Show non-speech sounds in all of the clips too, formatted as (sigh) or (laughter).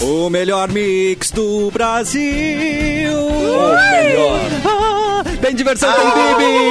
O melhor mix do Brasil. melhor. Ah, Tem diversão, tem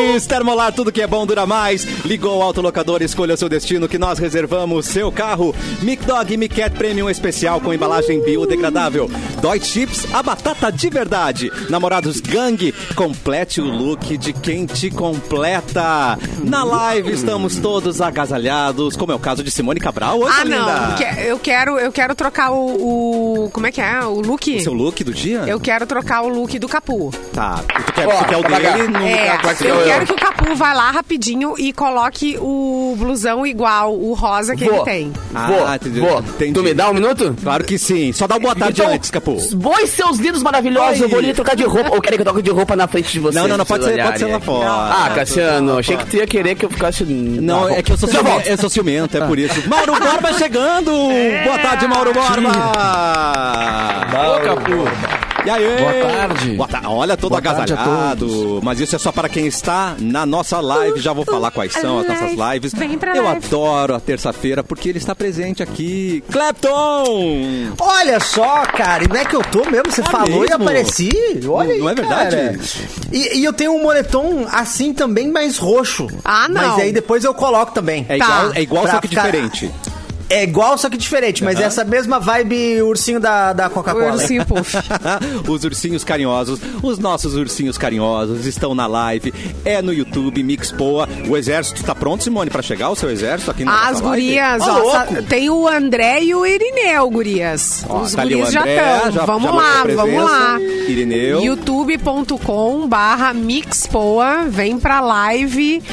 bibis. Termolar, tudo que é bom dura mais. Ligou o autolocador, escolha o seu destino que nós reservamos seu carro. Mic Dog Mic Cat Premium especial com embalagem biodegradável. Dói Chips, a batata de verdade. Namorados Gang, complete o look de quem te completa. Na live estamos todos agasalhados, como é o caso de Simone Cabral. Oi, Ah, sua linda. não. que- Eu quero, eu quero trocar o, o- Como é que é? O look? Seu look do dia? Eu quero trocar o look do Capu. Tá. Tu quer, Ó, tu quer o pra pagar. dele no É, lugar do Axel? eu eu. quero que o Capu vá lá rapidinho e coloque o blusão igual, o rosa que ele Vou. tem. Vou. Ah, entendi, vou. entendi. Tu me dá um minuto? Claro que sim. Então, Só dá uma boa tarde antes, Capu. Voi seus lindos maravilhosos, Oi. eu vou lhe trocar de roupa. Ou querem que eu troque de roupa na frente de vocês? Não, não, não, pra pode vocês ser, pode ser olharem lá aqui? fora. Ah, Cassiano, achei que tu ia querer que eu ficasse. Não, é que eu sou ciumento, eu sou ciumento, é por isso. (laughs) Mauro Borba chegando! Boa tarde, Mauro Borba! E aí? Boa tarde. Boa ta- Olha, todo Boa tarde a agasalhado. Mas isso é só para quem está na nossa live. Já vou falar quais são as nossas live. lives. Vem pra Eu live. adoro a terça-feira porque ele está presente aqui. Clapton! Olha só, cara, e não é que eu tô mesmo? Você É falou e mesmo? apareci? Olha Não aí, é verdade? cara. E, e eu tenho um moletom assim também, mas roxo. Ah, não. Mas aí depois eu coloco também. É Tá. igual, é igual Pra só que ficar- diferente. É igual, só que diferente, mas é essa mesma vibe ursinho da, da O Coca-Cola. ursinho (laughs) puff. os ursinhos carinhosos, os nossos ursinhos carinhosos estão na live, é no YouTube, Mixpoa. O exército tá pronto, Simone, pra chegar o seu exército aqui na Ah, As nossa live? gurias, Ó, ó, tá louco. sa- tem o André e o Irineu, gurias. Ó, Os tá ali o gurias já André, já- estão. Vamos já marcou lá, presença. vamos lá. Irineu. youtube.com barra mixpoa, vem pra live.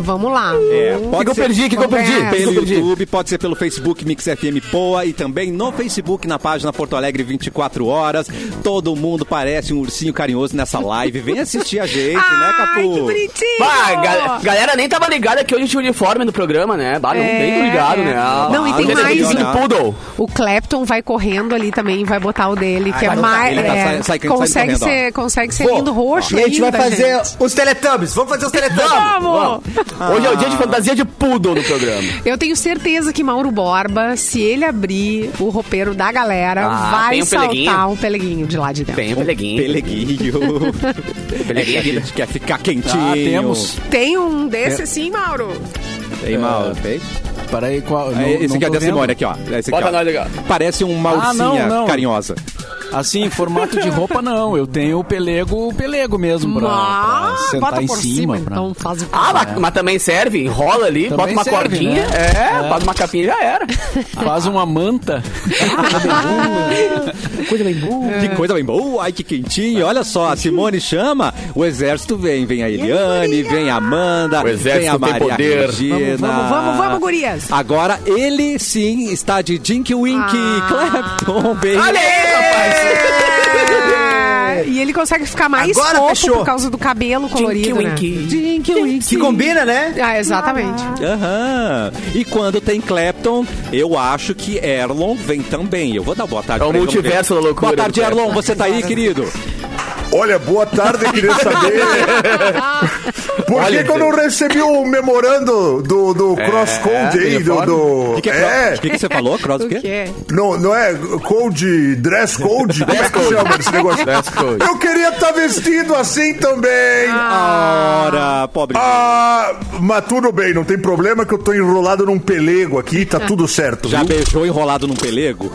Vamos lá. É, O que que eu perdi? O que que eu perdi? O que que pelo eu perdi? YouTube, pode ser pelo Facebook Mix FM Poa e também no Facebook, na página Porto Alegre 24 horas. Todo mundo parece um ursinho carinhoso nessa live. Vem assistir a gente, né, (laughs) Ai, Capu? que bonitinho! Bah, ga- galera nem tava ligada que hoje tinha uniforme no programa, né? Bah, não, É, nem tô ligado, é. né? Ah, Não, e ah, tem já mais visto um. um poodle. O Clapton vai correndo ali também, vai botar o dele, que é vai botar. mais. Ele tá é, sa- sai- sai consegue, correndo, ó. ser, consegue ser Pô, lindo roxo. E a gente vai ainda, fazer gente. os Teletubbies. Vamos fazer os Teletubbies. Vamos! Ah. Hoje é o dia de fantasia de poodle no programa. Eu tenho certeza que Mauro Borba, se ele abrir o roupeiro da galera, Ah, vai tem um saltar peleguinho? um peleguinho de lá de dentro. Tem um peleguinho. Peleguinho. um Peleguinho é vida. Quer ficar quentinho. Ah, temos. Tem um desse sim, Mauro? Tem mal, tem? Peraí, qual. não- É. esse não aqui é tô da vendo. Simone, aqui, ó. Esse aqui, Bota ó. nós aqui, ó. Parece um uma ursinha Ah, não, não. carinhosa. Assim, em formato de roupa, não. Eu tenho o pelego, o pelego mesmo, pra, pra Mas, sentar Ah, bota em por cima. cima, pra- então faz o Ah, É. mas, mas também serve, enrola ali, Também bota uma serve, cordinha, né? é, É. faz uma capinha e já era. Faz (laughs) uma manta. Coisa bem boa. É. Que coisa bem boa. Ai, que quentinho. Olha só, a Simone chama, o exército vem. Vem a Eliane, vem a Amanda, O vem exército a tem Maria poder. Regina. Vamos, vamos, vamos, vamos, gurias. Agora ele sim está de Jink Wink. Ah. Clapton, bem. Olha aí, É, e ele consegue ficar mais Agora fofo fechou. por causa do cabelo colorido, né? Jink Wink. Que combina, né? Ah, exatamente. Aham. E quando tem Clapton, eu acho que Erlon vem também. Eu vou dar boa tarde. É o pra ele, vamos ver. multiverso da loucura Boa tarde, do Clapton. Erlon. Você tá aí, querido? Olha, boa tarde, eu queria saber. Por Olha, que, que eu não recebi o memorando do, do Cross Code aí? Do, do- Que que é é, O que, que você falou, Cross? O (laughs) O quê? quê? não, não é Code, Dress Code? Como é que chama esse negócio? Dress code. Eu queria estar vestido assim também. Ora, pobre. Ah, mas tudo bem, não tem problema que eu tô enrolado num pelego aqui, tá tudo certo. Já viu? beijou enrolado num pelego?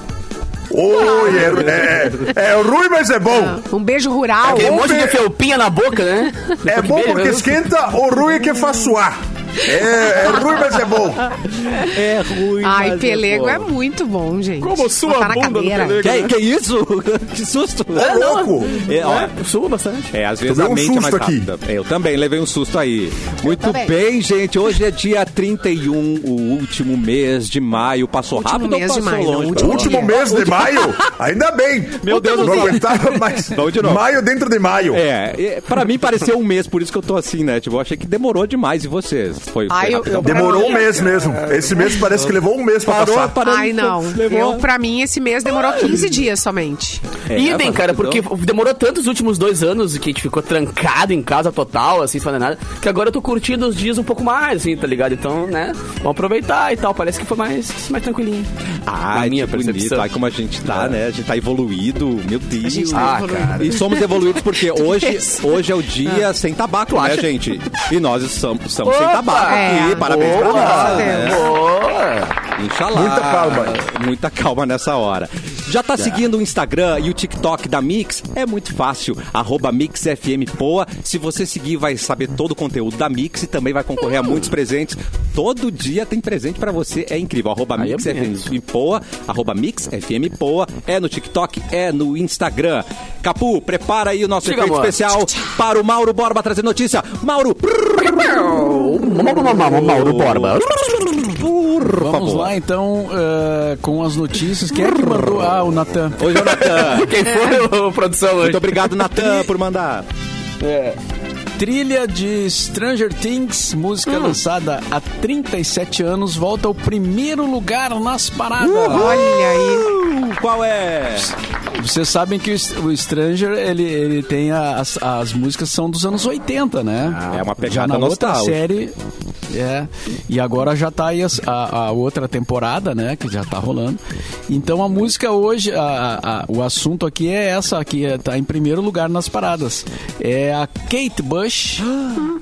Oi, é, é, é ruim, mas é bom. Um beijo rural. Aquele Ou monte de be- felpinha na boca, né? (laughs) Depois É de bom beijo, porque né? esquenta, o ruim é que faz suar. É, é ruim, mas é bom. É ruim. Ai, pelego é muito bom, gente. Como sua Botar na bunda no cadeira. pelego. Que, que isso? (laughs) que susto. Ô, louco. É, ó, Sua bastante. É, às vezes Tomei a um mente é susto mais aqui. rápida. Eu também levei um susto aí. Muito também. bem, gente. Hoje é dia 31, o último mês de maio. Passou Último rápido ou mês de passou maio, não, longe? último pra vocês? Último mês de maio, ainda bem. Meu Deus do não céu. aguentava mais. Vamos de novo. Maio dentro de maio. É, é, pra mim pareceu um mês, por isso que eu tô assim, né? Tipo, eu achei que demorou demais e vocês. Foi, foi Ai, eu- rapidão. eu- Demorou um mês mesmo. Esse mês parece que levou um mês pra Parou, passar. parou. Ai, não. Levou. Eu, pra mim, esse mês demorou 15 dias somente. É, Idem, mas cara, rapidão. porque demorou tanto os últimos dois anos que a gente ficou trancado em casa total, assim, sem fazer nada, que agora eu tô curtindo os dias um pouco mais, assim, tá ligado? Então, né, vamos aproveitar e tal. Parece que foi mais, mais tranquilinho. Ai, Na minha que bonito. percepção. É. Ai, como a gente tá, né? A gente tá evoluído. Meu Deus. gente tá Ah, evoluído. Ah. cara. E somos evoluídos (laughs) porque hoje, pensa? hoje é o dia sem tabaco, né, gente? E nós somos, somos sem Opa! tabaco. É. E parabéns pra Boa! tá nós. né? Boa! Inxalá. Muita calma. Muita calma nessa hora. Já tá seguindo o Instagram e o TikTok da Mix? É muito fácil. Arroba MixFMPoa. Se você seguir, vai saber todo o conteúdo da Mix e também vai concorrer a muitos presentes. Todo dia tem presente pra você. É incrível. Arroba Aí é MixFMPoa. Arroba MixFMPoa. É no TikTok, é no Instagram. Capu, prepara aí o nosso Diga, efeito amor. especial para o Mauro Borba trazer notícia. Mauro, Mauro Borba. por Vamos favor. lá, então, eh, com as notícias. Quem é que mandou? Ah, o Natan. Oi, Jonathan. Quem foi o produção hoje? Muito obrigado, Natan, por mandar. Trilha de Stranger Things, música Hum. lançada há 37 anos, volta ao primeiro lugar nas paradas. Olha aí. Uh, Qual é? Vocês sabem que o Str- o Stranger, ele, ele tem as, as músicas são dos anos 80, né? é uma pegada já na outra nostálgica. série. É, e agora já tá aí as- a, a outra temporada, né? Que já tá rolando. Então a música hoje, a- a- a- o assunto aqui é essa, que é- tá em primeiro lugar nas paradas. É a Kate Bush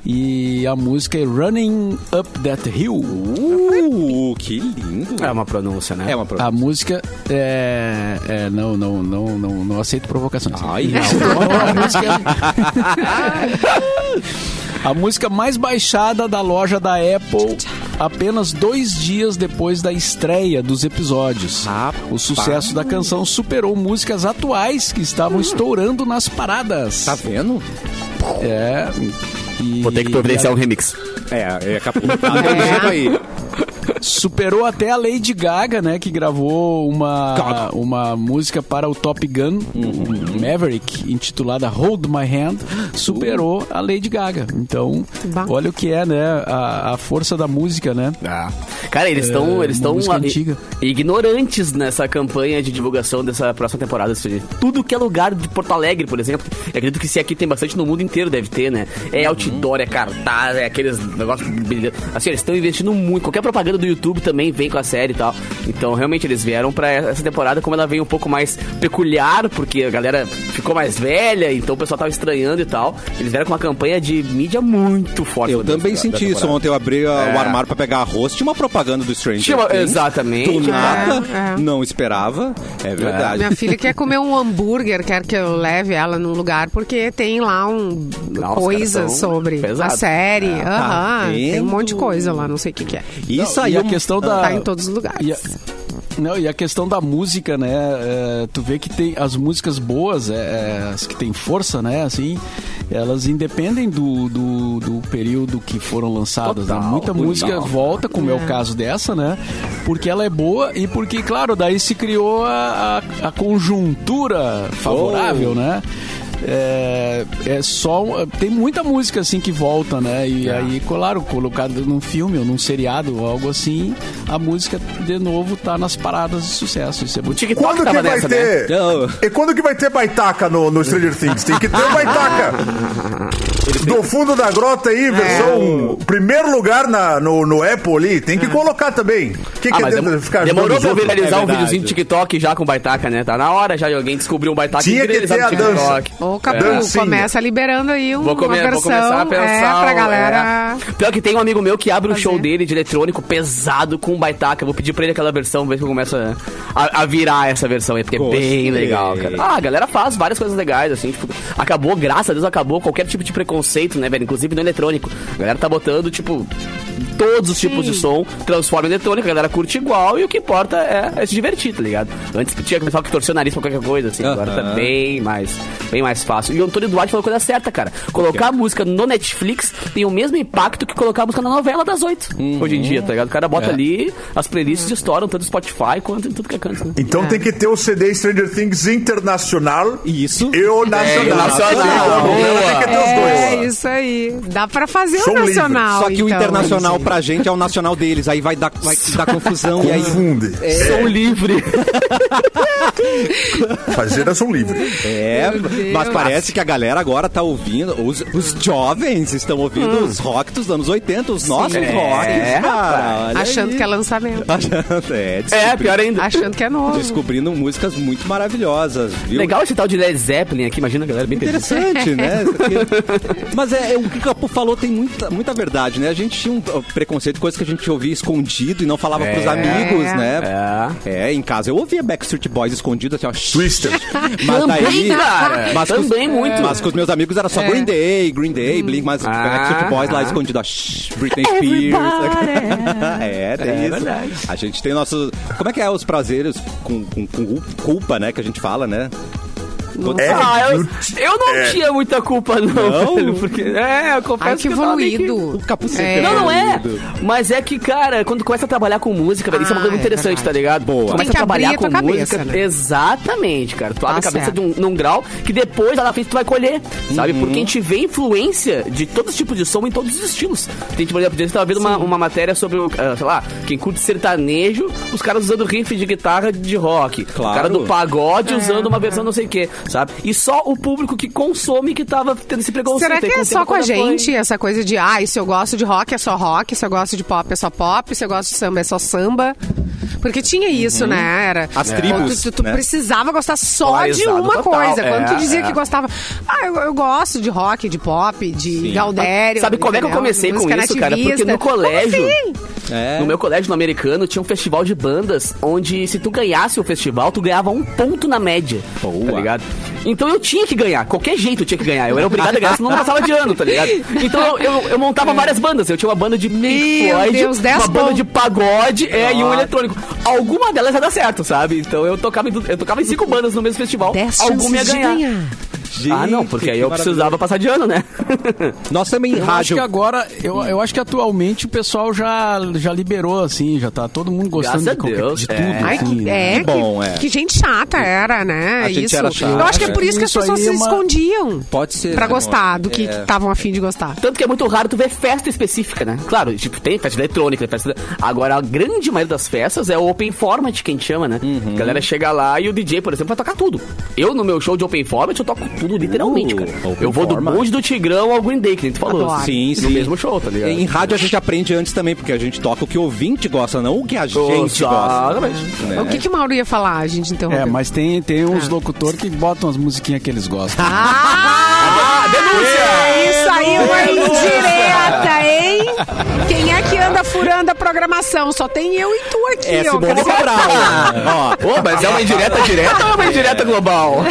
e a música é Running Up That Hill. Uh, que lindo. É uma pronúncia, né? É uma A prova. música é. é, não, não, não, não, não aceito provocações. Ai, (laughs) a, música, é- (laughs) a música mais baixada da loja da Apple apenas dois dias depois da estreia dos episódios. Rapaz. O sucesso da canção superou músicas atuais que estavam estourando nas paradas. Tá vendo? É. e- Vou ter que providenciar um remix. É, é capaz. (laughs) Tá vendo aí. Superou até a Lady Gaga, né? Que gravou uma, Gaga. uma música para o Top Gun, Uhum. Maverick, intitulada Hold My Hand. Superou a Lady Gaga. Então, Bah. olha o que é, né? A, a força da música, né? Cara, eles É, estão uma eles estão música ah, antiga. i- ignorantes nessa campanha de divulgação dessa próxima temporada. assim, Tudo que é lugar de Porto Alegre, por exemplo. Eu acredito que se é aqui tem bastante no mundo inteiro, deve ter, né? Uhum. É outdoor, é cartaz, é aqueles negócios. brilhantes. Assim, eles estão investindo muito. Qualquer propaganda do YouTube também vem com a série e tal. Então, realmente, eles vieram pra essa temporada, como ela veio um pouco mais peculiar, porque a galera ficou mais velha, então o pessoal tava estranhando e tal. Eles vieram com uma campanha de mídia muito forte. Eu pra também dessa- da senti isso. temporada. Ontem eu abri a- o armário pra pegar arroz. É. Tinha uma propaganda do Stranger Tinha uma- Things. exatamente. Do nada. É, é. Não esperava. É verdade. (laughs) Minha filha quer comer um hambúrguer, quer que eu leve ela num lugar, porque tem lá um Lá os coisa caras são sobre pesados. Ah, a série. tá Aham, tem um monte de vendo? coisa lá, não sei o que, que é. E Não, saiu e a questão da. Tá em todos os lugares. E a, não, e a questão da música, né? é, tu vê que tem as músicas boas, é, é, as que têm força, né? Assim, elas independem do, do, do período que foram lançadas. né? Total, Muita total. música volta, como é. o caso dessa, né? Porque ela é boa e porque, claro, daí se criou a, a, a conjuntura Oh. favorável, né? É, é só tem muita música assim que volta, né? E É. aí, claro, colocado num filme ou num seriado ou algo assim, a música de novo tá nas paradas de sucesso. Isso é O muito TikTok Quando que tava vai nessa, né? ter? Não. E quando que vai ter baitaca no, no Stranger Things? Tem que ter baitaca. Do fundo da grota aí, versão primeiro lugar na, no, no Apple ali, tem que colocar também. O que, Ah, que é mas dentro dem- de ficar demorou pra ajudando os outros? viralizar É um verdade. videozinho de TikTok já com baitaca, né? Tá na hora já de alguém descobrir um baitaca Tinha e que ter viralizar a no dança. TikTok. Ô, Capu, Dancinha. começa liberando aí um, É, Vou, come- uma vou versão começar a pensar. é, pra é. galera... Pior que tem um amigo meu que abre o Fazer. show dele de eletrônico pesado com baitaca. Eu vou pedir pra ele aquela versão, ver se eu começo a, a- a virar essa versão aí, porque é Gostei. bem legal, cara. Ah, a galera faz várias coisas legais, assim. Tipo, acabou, graças a Deus, acabou qualquer tipo de preconceito, né, velho? Inclusive no eletrônico. A galera tá botando, tipo, todos os tipos de som, transforma em eletrônico, a galera curte igual e o que importa é, é se divertir, tá ligado? Antes tinha que pessoal que torcia o nariz pra qualquer coisa, assim. Agora tá Aham. bem mais, bem mais fácil. E o Antônio Duarte falou a coisa certa, cara. Colocar a música no Netflix tem o mesmo impacto que colocar a música na novela das oito. Uhum. Hoje em dia, tá ligado? O cara bota É. ali, as playlists estouram tanto no Spotify quanto em tudo que é canto. Né? Então tem que ter o CD Stranger Things internacional Isso. e o nacional. nacional. Tem que ter os dois. É isso aí. Dá pra fazer Sou o livre. nacional. Só que o então. internacional pra gente é o nacional deles. Aí vai dar, vai (laughs) dar confusão. e aí. Confunde. Sou livre. Fazer a som livre. É, Meu Deus. mas parece que a galera agora tá ouvindo. Os, os jovens estão ouvindo os rock dos anos 80, os nossos Hum. É, rocks, cara. rapaz. Olha Achando aí. que é lançamento. (laughs) (laughs) Achando, é, É, descobri- pior ainda. Achando que é novo. Descobrindo músicas muito maravilhosas, viu? Legal esse tal de Led Zeppelin aqui, imagina a galera bem interessante. Interessante, (laughs) né? Porque- Mas é, é, o que o Capu falou tem muita, muita verdade, né? A gente tinha um ó, preconceito, coisa que a gente ouvia escondido e não falava pros amigos, né? É. É. em casa eu ouvia Backstreet Boys escondido, assim, ó. Twister. Mas Também, cara. É, mas com os- Também muito. Mas com os meus amigos era só É. Green Day, Green Day, Blink, mas Ah. Backstreet Boys lá escondido, ó. shh, Britney Spears. (laughs) é, tem isso. verdade. A gente tem nossos... Como é que é os prazeres com, com- com culpa, né? Que a gente fala, né? É, Ah, eu, eu não É. tinha muita culpa, não. Não? velho, porque, é, eu confesso Ai, que eu tava meio que- O evoluído. Capu sempre É. Não, não é. evoluído. Mas é que, cara, quando começa a trabalhar com música, velho, isso é uma Ah, coisa muito é interessante, verdade. tá ligado? Boa. Tu começa Tem que a trabalhar abrir a com tua música. cabeça, né? Exatamente, cara. Tu abre a Tá cabeça certo. de um, num grau que depois lá na frente tu vai colher, sabe? Uhum. Porque a gente vê influência de todos os tipos de som em todos os estilos. Tem, tipo, por exemplo, a gente tava vendo uma, uma matéria sobre, o, ah, sei lá, quem curte sertanejo, os caras usando riff de guitarra de rock. Claro. O cara do É. pagode usando uma versão não sei o quê, sabe? E só o público que consome que tava tendo esse preconceito. Será aí que com é o só tempo, com a quando foi- gente essa coisa de, ai, se eu gosto de rock é só rock, se eu gosto de pop é só pop, se eu gosto de samba é só samba? Porque tinha isso, né? Era. As É. tribos, Tu, tu né? precisava gostar só de Polarizado uma total. coisa. Quando tu É, dizia é. que gostava. Ah, eu, eu gosto de rock, de pop, de Galdério. Sabe como é que eu entendeu? comecei com Música isso, cara? Porque nativista. no colégio- Como assim? É. No meu colégio, no americano, tinha um festival de bandas onde se tu ganhasse o festival, tu ganhava um ponto na média. Boa. Tá ligado? Então eu tinha que ganhar, qualquer jeito eu tinha que ganhar. Eu era obrigado a ganhar, senão não passava de ano, tá ligado? Então eu, eu- eu montava várias bandas. Eu tinha uma banda de Pink Meu Floyd, Deus, dez uma banda pontos. de pagode é, e um eletrônico. Alguma delas ia dar certo, sabe? Então eu tocava, em du- eu tocava em cinco bandas no mesmo festival. Dez Alguma ia chances de ganhar. ganhar. Ah, não, porque aí eu Gente, que precisava passar de ano, né? maravilha. Nós também, Eu acho rádio. que agora, eu, eu acho que atualmente o pessoal já, já liberou, assim, já tá todo mundo gostando Graças de, qualquer- a Deus, de tudo. é. Ai, assim, que, né? é, Que bom, é. que gente chata era, né? A gente isso. era chata, eu acho que é por isso que as Isso aí pessoas é se uma- escondiam. Pode ser, Pra né, gostar amor? do que É. estavam afim de gostar. Tanto que é muito raro tu ver festa específica, né? Claro, tipo, tem festa eletrônica, festa... Agora, a grande maioria das festas é o open format que a gente chama, né? Uhum. A galera chega lá e o DJ, por exemplo, vai tocar tudo. Eu, no meu show de open format, eu toco tudo, literalmente, Uh, cara. open Eu vou do format. bonde do Tigrão ao Green Day, que a gente falou. Adoro. Sim, No sim. mesmo show, tá ligado? Em rádio a gente aprende antes também, porque a gente toca o que o ouvinte gosta, não o que a gente gosta. Exatamente. né? O que, que o Mauro ia falar? A gente (laughs) interrompeu. É, mas tem, tem uns Ah. locutores que botam as musiquinhas que eles gostam. (laughs) Ah! denúncia! Isso aí é uma indireta, hein? Quem é que anda furando a programação? Só tem eu e tu aqui, É ó. Simone Cabral. Ó, Ô, mas é uma indireta direta ou (laughs) é uma indireta global?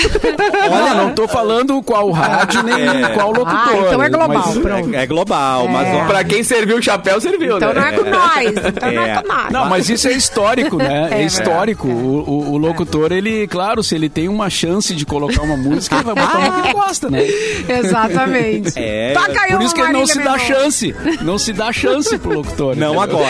Olha, não tô falando qual rádio nem É. qual locutor. Ah, então é global. mas- Pronto. é, é global, mas ó, Pra quem serviu o chapéu, serviu, Então não né? é com nós. Então não é com nós. Não, mas isso é histórico, né? (laughs) É, histórico. O, o- o locutor, ele, claro, se ele tem uma chance de colocar uma música, ele vai (laughs) botar Ah, é. uma que ele gosta, né? Exatamente. É, Toca aí Por uma isso que ele não Marília se dá Mendonça. chance. Não se dá chance pro locutor. não É. entendeu?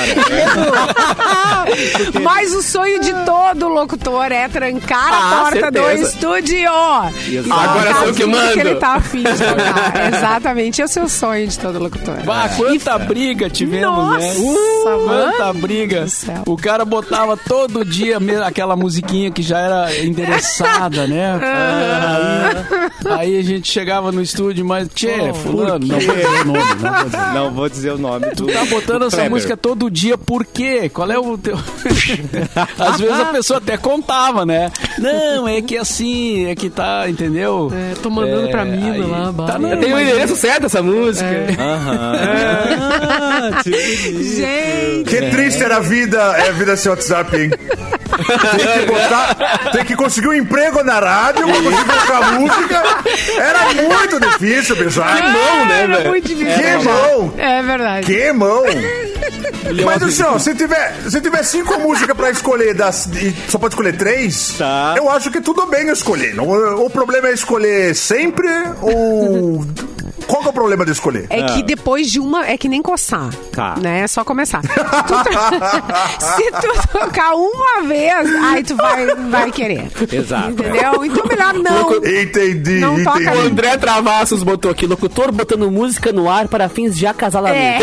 agora. (laughs) Mas o sonho de todo locutor é trancar a Ah, porta do certeza. estúdio. E Agora tocar sou eu o que vídeo mando. Que ele tá afim de tocar. (laughs) Exatamente. Esse é o sonho de todo locutor. Bah, quanta briga tivemos, né? Nossa, quanta mano briga. do céu. O cara botava todo dia me- aquela musiquinha que já era (laughs) endereçada, né? Aí, aí a gente chegava no estúdio, mas, tchê, fulano, Ah, não vou dizer o nome, não vou dizer. Não vou dizer o nome. Tu tá botando essa música todo dia, por quê? Qual é o teu. (laughs) Às vezes a pessoa até contava, né? Não, é que assim, é que tá, entendeu? É, tô mandando pra mina aí- lá, bah. Tá, não, Eu tenho o mas- endereço certo essa música. Gente, Que triste era a vida, é a vida sem WhatsApp, hein? Tem que, botar, tem que conseguir um emprego na rádio, pra conseguir tocar música. Era muito difícil, pessoal. Bom, né, era velho? muito difícil. Que mão! É verdade. Que mão! Mas, Luciano, se tiver, se tiver cinco músicas pra escolher das, e só pode escolher três, Tá. eu acho que tudo bem escolher. Não- o problema é escolher sempre ou Qual que é o problema de escolher? É que depois de uma. É que nem coçar. Tá. Né? É só começar. Tu tra- (laughs) Se tu tocar uma vez, aí tu vai, vai querer. Exato. Entendeu? Então melhor não. Entendi, Não toca O entendi. André Travassos botou aqui, locutor botando música no ar para fins de acasalamento.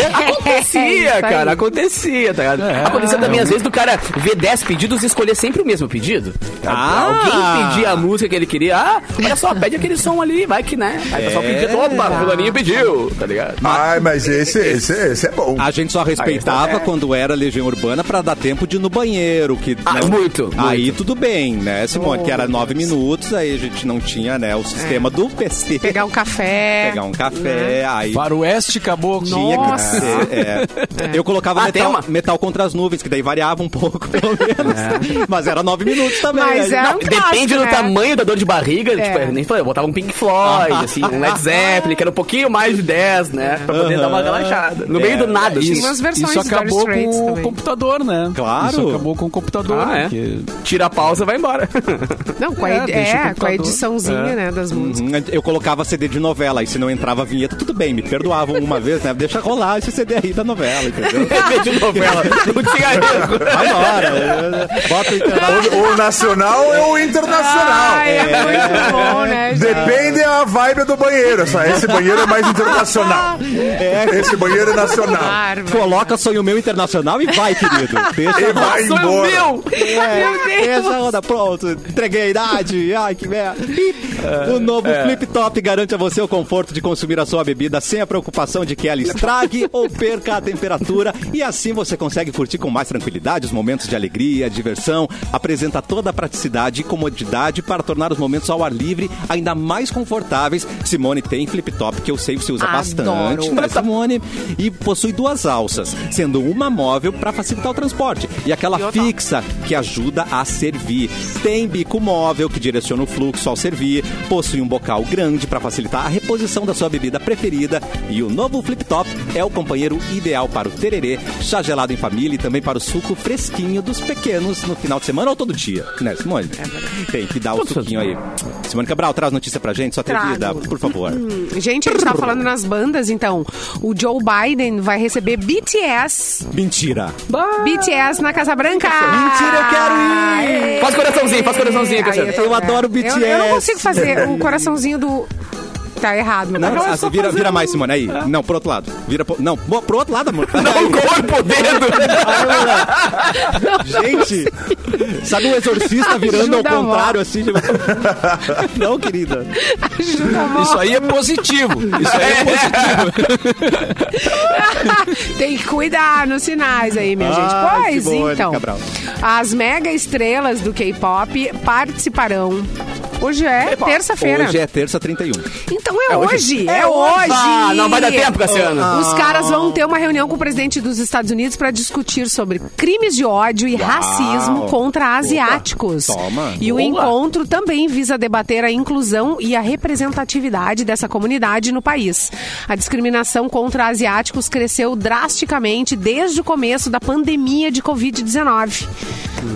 É. É isso (laughs) Acontecia, aí. cara, acontecia, tá ligado? É. acontecia também, às vezes, do cara ver 10 pedidos e escolher sempre o mesmo pedido. Ah. Alguém pedia a música que ele queria, ah, olha só, pede aquele som ali, vai que, né? Aí o pessoal pedia, É. opa, fulaninho pediu, tá ligado? Ai, mas esse, esse, esse é bom. A gente só respeitava quando era Legião Urbana pra dar tempo de ir no banheiro. Que, Ah, muito, Aí tudo bem, né, Simone? que era nove minutos, aí a gente não tinha, né, o sistema do PC. Pegar um café. Pegar um café, aí Faroeste Caboclo. tinha que Nossa. ser. é. Eu colocava Ah, tem metal, uma? metal contra as nuvens, que daí variava um pouco, (laughs) pelo menos. Mas era nove minutos também. Mas aí- era um clássico, Depende do né? tamanho da dor de barriga, É. tipo, nem falei, eu botava um Pink Floyd, Ah. assim, um Led Zeppelin, que era um pouquinho mais de 10, né? Pra poder dar uma relaxada. No meio do nada, assim. É. Isso, umas versões isso do Dire acabou Straits com também. o computador, né? Claro. Isso acabou com o computador. né? Ah, é? (laughs) porque- Tira a pausa, vai embora. Não, com a, É, ed- deixa o é, com a computador. ediçãozinha, É. né, das músicas. Hum, Eu colocava CD de novela, e se não entrava a vinheta, tudo bem, me perdoavam uma vez, né? Deixa rolar esse CD aí da novela, entendeu? de novela. Não tinha erro. Vai embora. Bota o intervalo. O, o nacional é o internacional. Ai, é muito bom, né, gente? Depende da vibe do banheiro. Essa, esse banheiro é mais internacional. Esse banheiro é nacional. Ah, Bárbaro. Coloca Sonho Meu Internacional e vai, querido. Deixa E vai Sou eu embora. meu. É, Meu Deus. Essa onda, pronto. Entreguei a idade. Ai, que merda. O novo Flip Top garante a você o conforto de consumir a sua bebida sem a preocupação de que ela estrague ou perca a temperatura. E assim você consegue curtir com mais tranquilidade os momentos de alegria, diversão. Apresenta toda a praticidade e comodidade para tornar os momentos ao ar livre ainda mais confortáveis. Simone tem Flip Top, que eu sei que você usa Adoro. bastante. né, Simone? E possui duas alças, sendo uma móvel para facilitar o transporte e aquela E outra. fixa fixa que ajuda a servir. Tem bico móvel que direciona o fluxo ao servir, possui um bocal grande para facilitar a reposição da sua bebida preferida e o novo Flip Top é o companheiro ideal para o tererê, chá gelado em família e também para o suco fresquinho dos pequenos no final de semana ou todo dia, né, Simone? É Tem que dar o suquinho aí. Simone Cabral, traz notícia pra gente, sua atrevida, Trago. por favor. Hum. Gente, a gente tava falando nas bandas, então. O Joe Biden vai receber BTS. Mentira. BTS na Casa Branca. Mentira, eu quero Faz coraçãozinho, faz coraçãozinho, Cassiano. Aí tô- Eu adoro BTS. Eu, eu não consigo fazer o coraçãozinho do... Tá errado, meu Não, coração. assim, vira, vira mais, Simone, aí. Não, pro outro lado. Vira pro... Não, bo- pro outro lado, amor. Não, corpo, dedo. Gente, sabe o exorcista virando ao Ajuda a avó. contrário assim? tipo- (laughs) Não, querida. Ajuda, amor. Isso aí é positivo. Isso aí é positivo. Tem que cuidar nos sinais aí, minha Ai, gente. Pois Simone então, Cabral. as mega estrelas do K-pop participarão. Hoje é terça-feira. Hoje é terça 31. Então é, hoje, É é hoje. hoje. Ah, Ah, não vai dar tempo, Cassiano. Os caras Ah. vão ter uma reunião com o presidente dos Estados Unidos para discutir sobre crimes de ódio e racismo contra asiáticos. Toma. E o Boa. encontro também visa debater a inclusão e a representatividade dessa comunidade no país. A discriminação contra asiáticos cresceu drasticamente desde o começo da pandemia de Covid-19.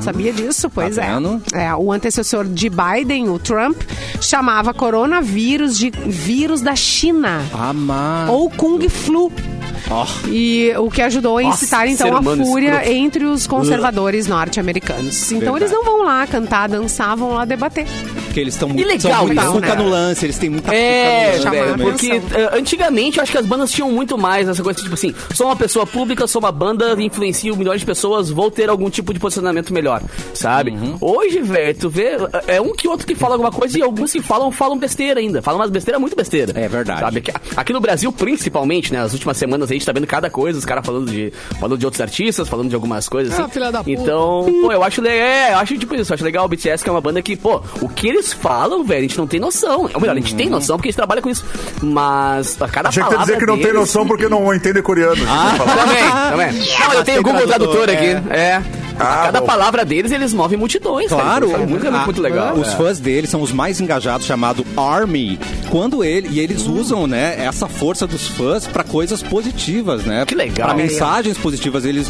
Sabia disso? Pois é. Hum. Tá vendo? É, o antecessor de Biden, o Trump, chamava coronavírus de vírus da China Amar. ou Kung Flu. E o que ajudou a incitar Nossa, então ser a humano fúria escroto. Uh. entre os conservadores norte-americanos. Então Verdade. eles não vão lá cantar, dançar, vão lá debater. Porque eles estão muito, Que são legal, muito então, fuca né? no lance, eles têm muita É, fuca no velho, lance. atenção. porque eh, antigamente eu acho que as bandas tinham muito mais essa coisa, tipo assim, sou uma pessoa pública, sou uma banda, influencio milhões de pessoas, vou ter algum tipo de posicionamento melhor, sabe? Hoje, velho, tu vê, é um que outro que fala alguma coisa e alguns que falam, falam besteira ainda, falam umas besteira muito besteira. É verdade. Sabe? Aqui- Aqui no Brasil, principalmente, né, as últimas semanas a gente tá vendo cada coisa, os caras falando de, falando de outros artistas, falando de algumas coisas. Ah, assim. filha da puta. Então, pô, eu acho legal, é, eu acho tipo isso, eu acho legal o BTS, que é uma banda que, pô, o que eles falam, velho, a gente não tem noção. Ou melhor, a gente tem noção porque a gente trabalha com isso. Mas a cada Tinha que palavra dizer que não tem deles- noção porque não entende coreano. (laughs) Também, também. Não, eu tenho o Google Tradutor aqui. É. a Ah, cada bom. Ah, palavra deles, eles movem multidões. cara. Claro, Isso é muito, é muito, muito legal. Os fãs dele são os mais engajados, chamado Army. Quando ele e eles Hum. usam, né, essa força dos fãs pra coisas positivas, né? Que legal. Pra mensagens positivas, eles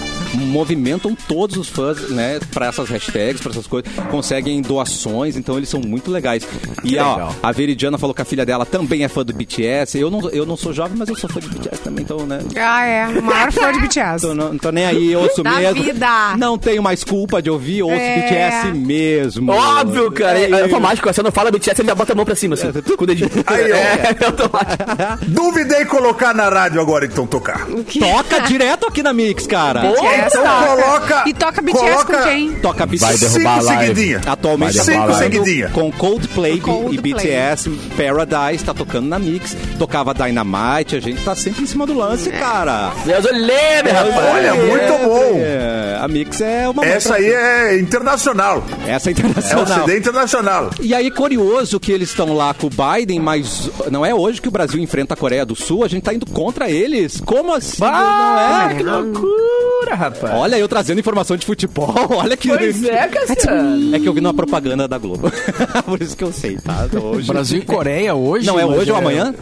movimentam todos os fãs, né, para essas hashtags, pra essas coisas, conseguem doações, então eles são muito legais. E ó, legal. a Veridiana falou que a filha dela também é fã do BTS. Eu não, eu não sou jovem, mas eu sou fã de BTS também, então, né? Ah, é. O maior fã de BTS. Tô, não, tô nem aí, (laughs) eu ouço Da mesmo. vida. Não tenho mais culpa de ouvir, eu ouço É. BTS assim mesmo. Óbvio, cara. É, É isso. automático. Você não fala BTS, ele já bota a mão pra cima, (laughs) assim. Com o dedinho. Aí, ó. (laughs) é (laughs) automático. Duvidei colocar na rádio agora, então tocar. Toca direto aqui na Mix, cara. BTS Então toca. coloca- E toca BTS coloca- com quem? Toca BTS. Vai derrubar Cinco a live. seguidinhas. Atualmente Vai tá derrubar Cinco a live. seguidinha. com Coldplay, Coldplay. e BTS, Paradise, tá tocando na Mix. Tocava Dynamite, a gente tá sempre em cima do lance, É. cara. Deus olhe, meu rapaz. Olha, muito bom. É, a Mix é uma... Essa aí é internacional. Essa é É o internacional. CD internacional. E aí, curioso que eles estão lá com o Biden, mas não é hoje que o Brasil enfrenta a Coreia do Sul, a gente tá indo contra eles. Como assim? não é? Ah, Que loucura, rapaz. Olha, eu trazendo informação de futebol, (laughs) olha que. Pois é, Cassiano. É que eu vi numa propaganda da Globo. (laughs) Por isso que eu sei, tá? Hoje. Brasil e Coreia hoje. Não é mas hoje ou amanhã?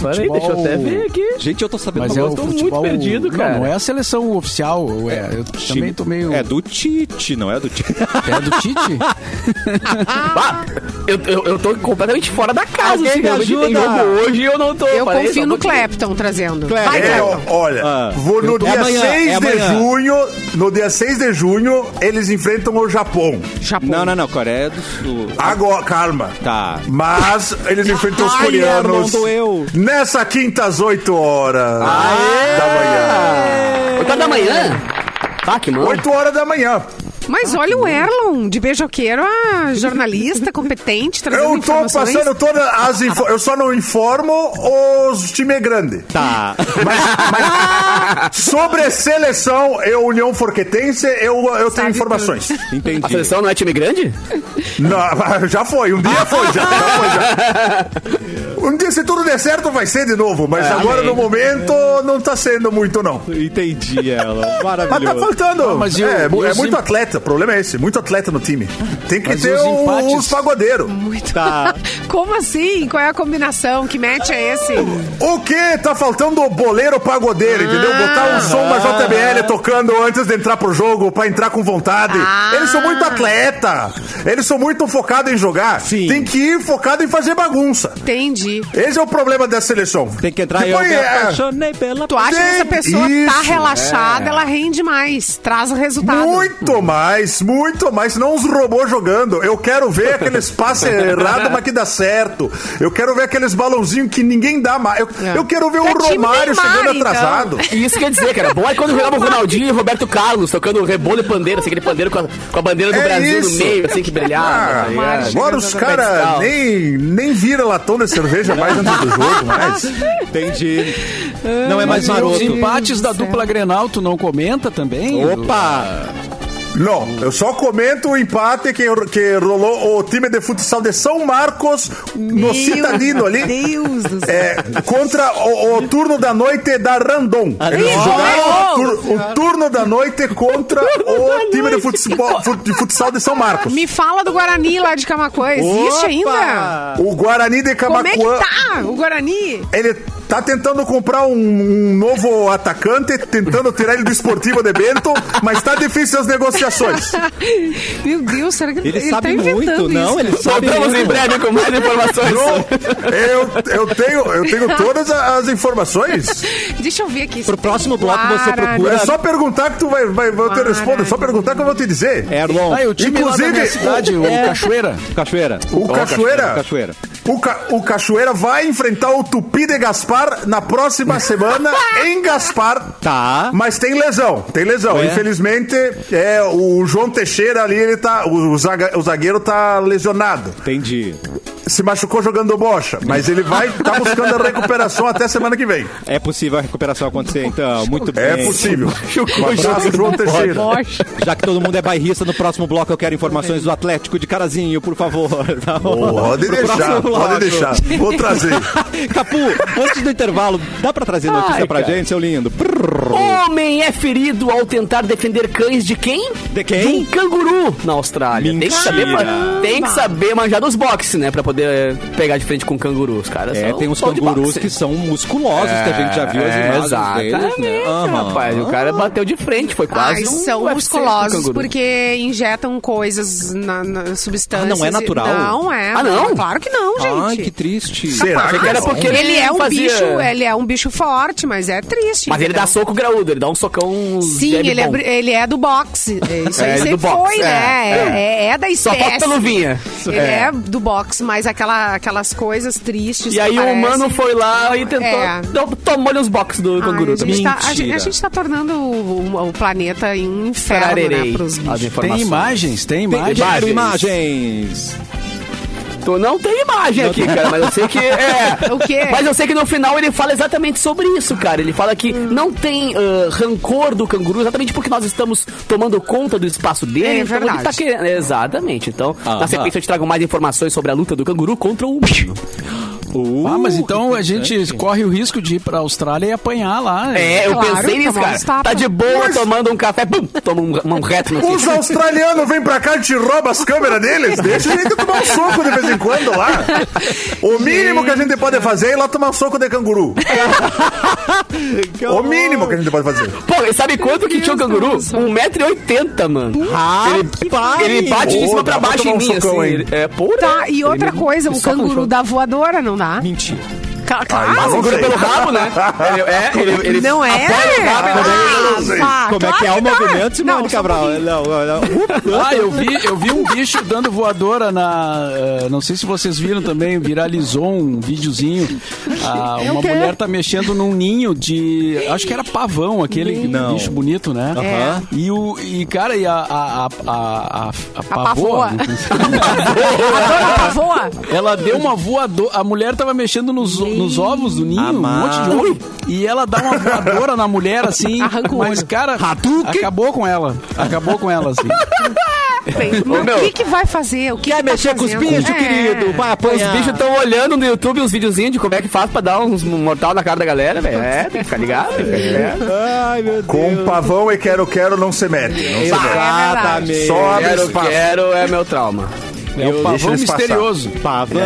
Falei, deixa eu até ver aqui. Gente, eu tô sabendo Mas uma é o coisa. tô muito futebol. perdido, não, cara. Não é a seleção oficial. eu- É, eu também tô meio. É do Tite, não é do (laughs) Tite. É do (laughs) Tite? Ah, eu, eu, eu tô completamente fora da casa. Alguém assim, me realmente tem ajuda. jogo hoje e eu não tô. Eu parei, confio só no um pouquinho. Clapton trazendo. Clapton. Vai, É, É, Clapton. ó, olha, Ah, vou no é dia amanhã, 6 é de amanhã. junho, no dia 6 de junho, eles enfrentam o Japão. Japão. Não, não, não. Coreia do Sul. Agora, calma. Tá. Mas eles enfrentam os Ai, coreanos. Armando, eu. Nessa quinta às 8 horas da manhã. Oito horas da manhã? Tá, que mano. 8 horas da manhã. Mas olha o Erlon, de beijoqueiro a jornalista competente, trazendo Eu tô informações. passando todas as info... Eu só não informo os time grande. (laughs) Tá. Sobre a seleção e União Forquetense, eu, eu tenho Sabe informações. Entendi. A seleção não é time grande? Não, (laughs) já foi, um dia foi, já, já foi. (laughs) já. Um dia, se tudo der certo, vai ser de novo, mas É, agora amém. no momento não tá sendo muito, não. Entendi (laughs) ela. Mas tá Maravilhoso. faltando. mas e o- é, é e os muito im- atleta, o problema é esse, muito atleta no time. Tem que Mas e ter os o- empates? os pagodeiros. Tá. Como assim? Qual é a combinação? Que match é esse? O que? Tá faltando o boleiro pagodeiro, entendeu? Ah. Botar um som da JBL tocando antes de entrar pro jogo, pra entrar com vontade. Ah. Eles são muito atleta. Eles são muito focados em jogar. Sim. Tem que ir focado em fazer bagunça. Entendi. Esse é o problema da seleção. Tem que entrar eu Depois, me é, apaixonei pela Tu acha que essa pessoa tá Isso, relaxada, ela rende mais, traz resultado. Muito mais, muito mais. Não os robôs jogando. Eu quero (laughs) ver aqueles passes errados, mas que dá certo. Eu quero ver aqueles balãozinhos que ninguém dá mais. Eu, eu quero ver É o time Neymar, Romário chegando então. atrasado. E isso quer dizer, cara, bom é quando jogava o Ronaldinho e o Roberto Carlos tocando rebolo e pandeiro, assim, aquele pandeiro com a, com a bandeira do É Brasil no isso. meio, assim, que brilhava. Ah, tá ligado? Romário agora chegando os no caras pedestal. nem, nem viram latão de cerveja mais antes (laughs) do jogo, mas. Entendi. Não é mais Mas e os maroto. empates da dupla Grenal, tu não comenta também? Opa! Não, eu só comento o empate que, que rolou o time de futsal de São Marcos no Citadino ali. Deus do céu. É, contra o, o turno da noite da Randon. Ah, Eles jogaram o, tur- o turno da noite contra o time de futsal, fut- de futsal de São Marcos. Me fala do Guarani lá de Camacuã. Opa! Existe ainda? O Guarani de Como é que Camacuã, tá o Guarani? (laughs) ele tá tentando comprar um, um novo atacante, tentando tirar ele do Esportivo de Bento, mas tá difícil as negociações. Meu Deus, será que Ele, tá sabe inventando muito, isso? não? (laughs) Ele sabe Voltamos em muito. breve com mais informações. Não, eu, eu, tenho, eu tenho todas a- as informações. Deixa eu ver aqui. Pro próximo bloco você Guarani. procura. É só perguntar que tu vai, vai, vai eu te respondo. É só perguntar que eu vou te dizer. Erlon. Ah, e o time lá da minha Inclusive, cidade, (laughs) o, é. Cachoeira. Cachoeira. O Cachoeira. Cachoeira. O, Ca- o Cachoeira vai enfrentar o Tupi de Gaspar na próxima semana em Gaspar. Tá. Mas tem lesão, tem lesão. Ué. Infelizmente, é, o João Teixeira ali, ele tá. O, o zaga- o zagueiro tá lesionado. Entendi. se machucou jogando bocha, mas ele vai estar buscando a recuperação até semana que vem. É possível a recuperação acontecer, então. Muito bem. É possível. Um abraço, João (laughs) Teixeira. Bocha. Já que todo mundo é bairrista, no próximo bloco eu quero informações do Atlético de Carazinho, por favor. (laughs) Tá bom? Pode Pro deixar, próximo pode bloco. deixar. (laughs) Vou trazer. (laughs) Capu, antes do intervalo, dá pra trazer notícia Ai, pra cara. gente, seu lindo? Brrr. Homem é ferido ao tentar defender cães de quem? De quem? De um canguru na Austrália. Tem que, saber, Mentira. ma- tem que saber manjar nos boxes, né? Pra poder eh, pegar de frente com cangurus, cara. É, tem uns cangurus que são musculosos, que a gente já viu as É, imagens exatamente, deles, né? Aham. rapaz. O cara bateu de frente, foi quase. Mas um são UFC com musculosos canguru. porque injetam coisas na, na substâncias. Ah, não é e- natural? Não é. Ah, não? Claro que não, Ai, gente. que triste. Será Achei que que era porque ele, Ele é um fazia- bicho, ele é um bicho forte, mas é triste. Mas ele entendeu? dá soco graúdo, ele dá um socão. Sim, jab ele é, bom. br- ele é do boxe. É, Isso aí É, ele sempre do boxe, foi, né? é, É, é- é da Só espécie. falta luvinha. Ele é. do boxe, mas aquela, aquelas coisas tristes. E aí que o humano aparecem- foi lá e tentou. É. deu- Tomou-lhe os boxes do Ai, canguru a, também. gente tá, a, gente, a Mentira. gente tá tornando o, o- o planeta um inferno, né, Tararerei pros bichos. as informações. Tem imagens, tem Tem- imagens. Quero imagens. Tô- não tem imagem aqui, cara, mas eu sei que. É. (laughs) O quê? Mas eu sei que no final ele fala exatamente sobre isso, cara. Ele fala que Hum. não tem ah, rancor do canguru, exatamente porque nós estamos tomando conta do espaço dele. É então verdade. ele tá querendo. Exatamente. Então, Aham. na sequência eu te trago mais informações sobre a luta do canguru contra o humano. Uh, Ah, mas então a gente corre o risco de ir pra Austrália e apanhar lá. É, eu Claro, pensei nisso, tomar cara. uns tapas. Tá de boa tomando um café, pum, toma (laughs) um, um reto no Os queixo. australianos vêm pra cá e te roubam as câmeras deles. Deixa a gente tomar um soco de vez em quando lá. O mínimo que a gente pode fazer é ir lá tomar um soco de (laughs) canguru. O mínimo que a gente pode fazer. Pô, e sabe quanto que tinha o Deus canguru? do céu. 1,80m, mano. Rapaz! Ele, ele bate de Ô, cima dá pra pra baixo tomar em um mim, socão, assim. hein? ele- É, porra. Tá, e outra Ele- coisa, ele o só com canguru choque. dá voadora, não dá? Mentira. Ca- Ah, Claro! mas Segura sei. pelo rabo, né? Ele, é, ele, ele Não é? apoia o né? rabo e dá- eu assim. não sei. pá, Como é Ah, claro que é o dá. movimento, Simone Não, só um Cabral? pouquinho. Não, não, não. Ah, eu vi, eu vi um bicho dando voadora na. eh, não sei se vocês viram também, viralizou um videozinho. Ah, uma mulher tá mexendo num ninho de. Acho que era pavão, aquele Não. bicho bonito, né? Aham. E, o, e, cara, e a, a, a, a, a, a pavoa. pavoa. né? (laughs) Adora pavoa? Ela deu uma voadora. A mulher tava mexendo nos, nos ovos do ninho, Amado. um monte de ovo. E ela dá uma voadora na mulher, assim. Arranca o mas, olho. cara, acabou com ela. Acabou com ela, assim. Ô, Mas meu. o que, que vai fazer? O que Quer que tá mexer com os fazendo? bichos, É. querido? Vai Pô, os apanhar. bichos estão olhando no YouTube os videozinhos de como é que faz pra dar uns mortal na cara da galera, velho. É, tem que ficar ligado. tem que ficar ligado. Ai, meu Deus. Com pavão e quero-quero não se mete. Não Ah, Ah, é se mete. tá, Exatamente. Só abre Quero, espaço. quero é meu trauma. É o Deixa pavão eles passar. misterioso. Pavão.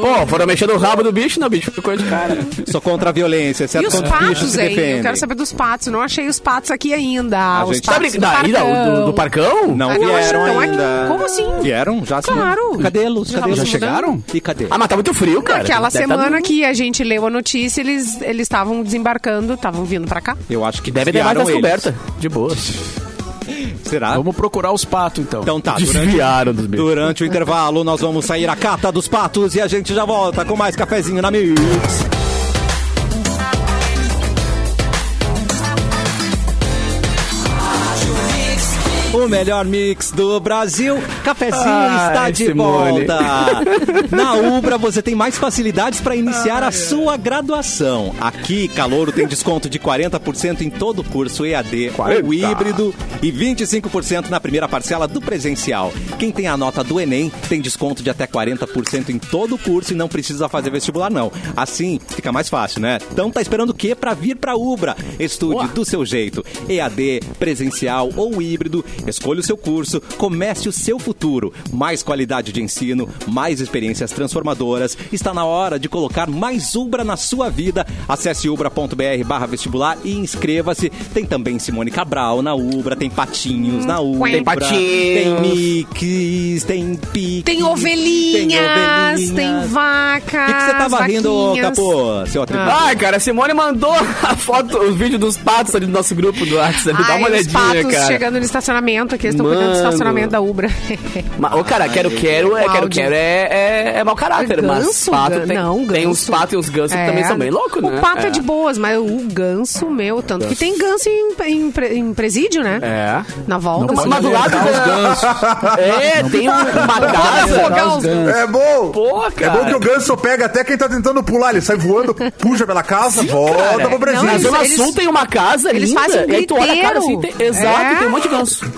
Pô, foram mexendo o rabo do bicho, não, o bicho ficou de cara. Sou contra a violência, certo? E os Quando bichos patos, se hein? Eu defendem. quero saber dos patos. Não achei os patos aqui ainda. A os gente- Tá patos brincando? Daí, do, do, do parcão? Não Ah, não, acho que vieram estão aqui. ainda. Como assim? Vieram? Já se Claro. Cadê los Cadê Já tava los se mudando. E cadê? Ah, mas tá muito frio, cara. Aquela Deve tá semana no- que a gente leu a notícia, eles eles estavam desembarcando, estavam vindo pra cá. Eu acho que Deve ter mais desviaram eles. descoberta. De boa. Será? Vamos procurar os patos, então. Então tá, durante, Desviaram (laughs) dos bichos. durante o intervalo nós vamos sair a cata dos patos e a gente já volta com mais cafezinho na Mix. O melhor mix do Brasil, cafezinho Ai, está de Simone. volta. Na Ubra você tem mais facilidades para iniciar a sua graduação. Aqui, Calouro tem desconto de 40% em todo o curso EAD ou 40. híbrido e 25% na primeira parcela do presencial. Quem tem a nota do Enem tem desconto de até 40% em todo o curso e não precisa fazer vestibular não. Assim fica mais fácil, né? Então tá esperando o quê para vir para Ubra? Estude do seu jeito. EAD, presencial ou híbrido, escolha o seu curso, comece o seu futuro. Mais qualidade de ensino, mais experiências transformadoras. Está na hora de colocar mais Ubra na sua vida. Acesse ubra.br barra vestibular e inscreva-se. Tem também Simone Cabral na Ubra, tem Patinhos na Ubra. Tem Patinhos. Tem Mix, tem Pique. Tem ovelhinhas, tem, O vacas. que que você tava rindo, ô, vaquinhas. Capô, seu atributo? Ai, cara, a Simone mandou (laughs) a foto, o vídeo dos patos ali do nosso grupo do WhatsApp. Dá Ai, uma os olhadinha, patos cara. chegando no estacionamento. estacionamento aqui, eles estão cuidando do Mano. estacionamento da (laughs) Ubra. Mas, ô, cara, quero, quero, é, quero, Cláudio. quero é, é, é mau caráter, mas Ganso, pato gan- tem, não, tem ganso. uns patos e uns gansos que É. também são bem loucos, né? O pato é. de É. boas, mas o ganso, meu, tanto que tem ganso em, em pre- em presídio, né? É. Na volta. Mas, assim. mas do lado (laughs) Ah, é da... É, tem uma casa... afogar os gansos. É bom. Pô, é cara. bom que o ganso pega até quem tá tentando pular. Ele sai voando, puxa pela casa, volta cara. pro Brasil. Na Não, Zona eles- Sul tem uma casa eles linda, fazem um e aí tu olha a cara assim, griteiro. tem, exato, É. tem um monte de ganso.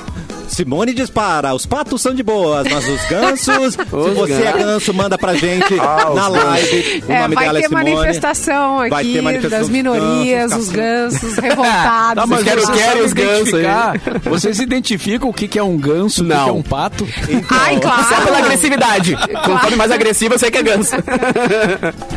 Simone dispara, os patos são de boas, mas os gansos, se você é ganso, manda pra gente Ah, os na live. O É, nome vai dela é ter Simone. manifestação Vai aqui ter manifestação das dos minorias, gansos, os (laughs) gansos revoltados. assim. É, Tá, mas os quero- gansos. quero os sabem gansos aí. identificar? Vocês identificam o que, que é um ganso, o que, Não. que é um pato? Ai, Só é pela Ah, claro. agressividade. Conforme mais agressiva, eu sei que (laughs) é ganso.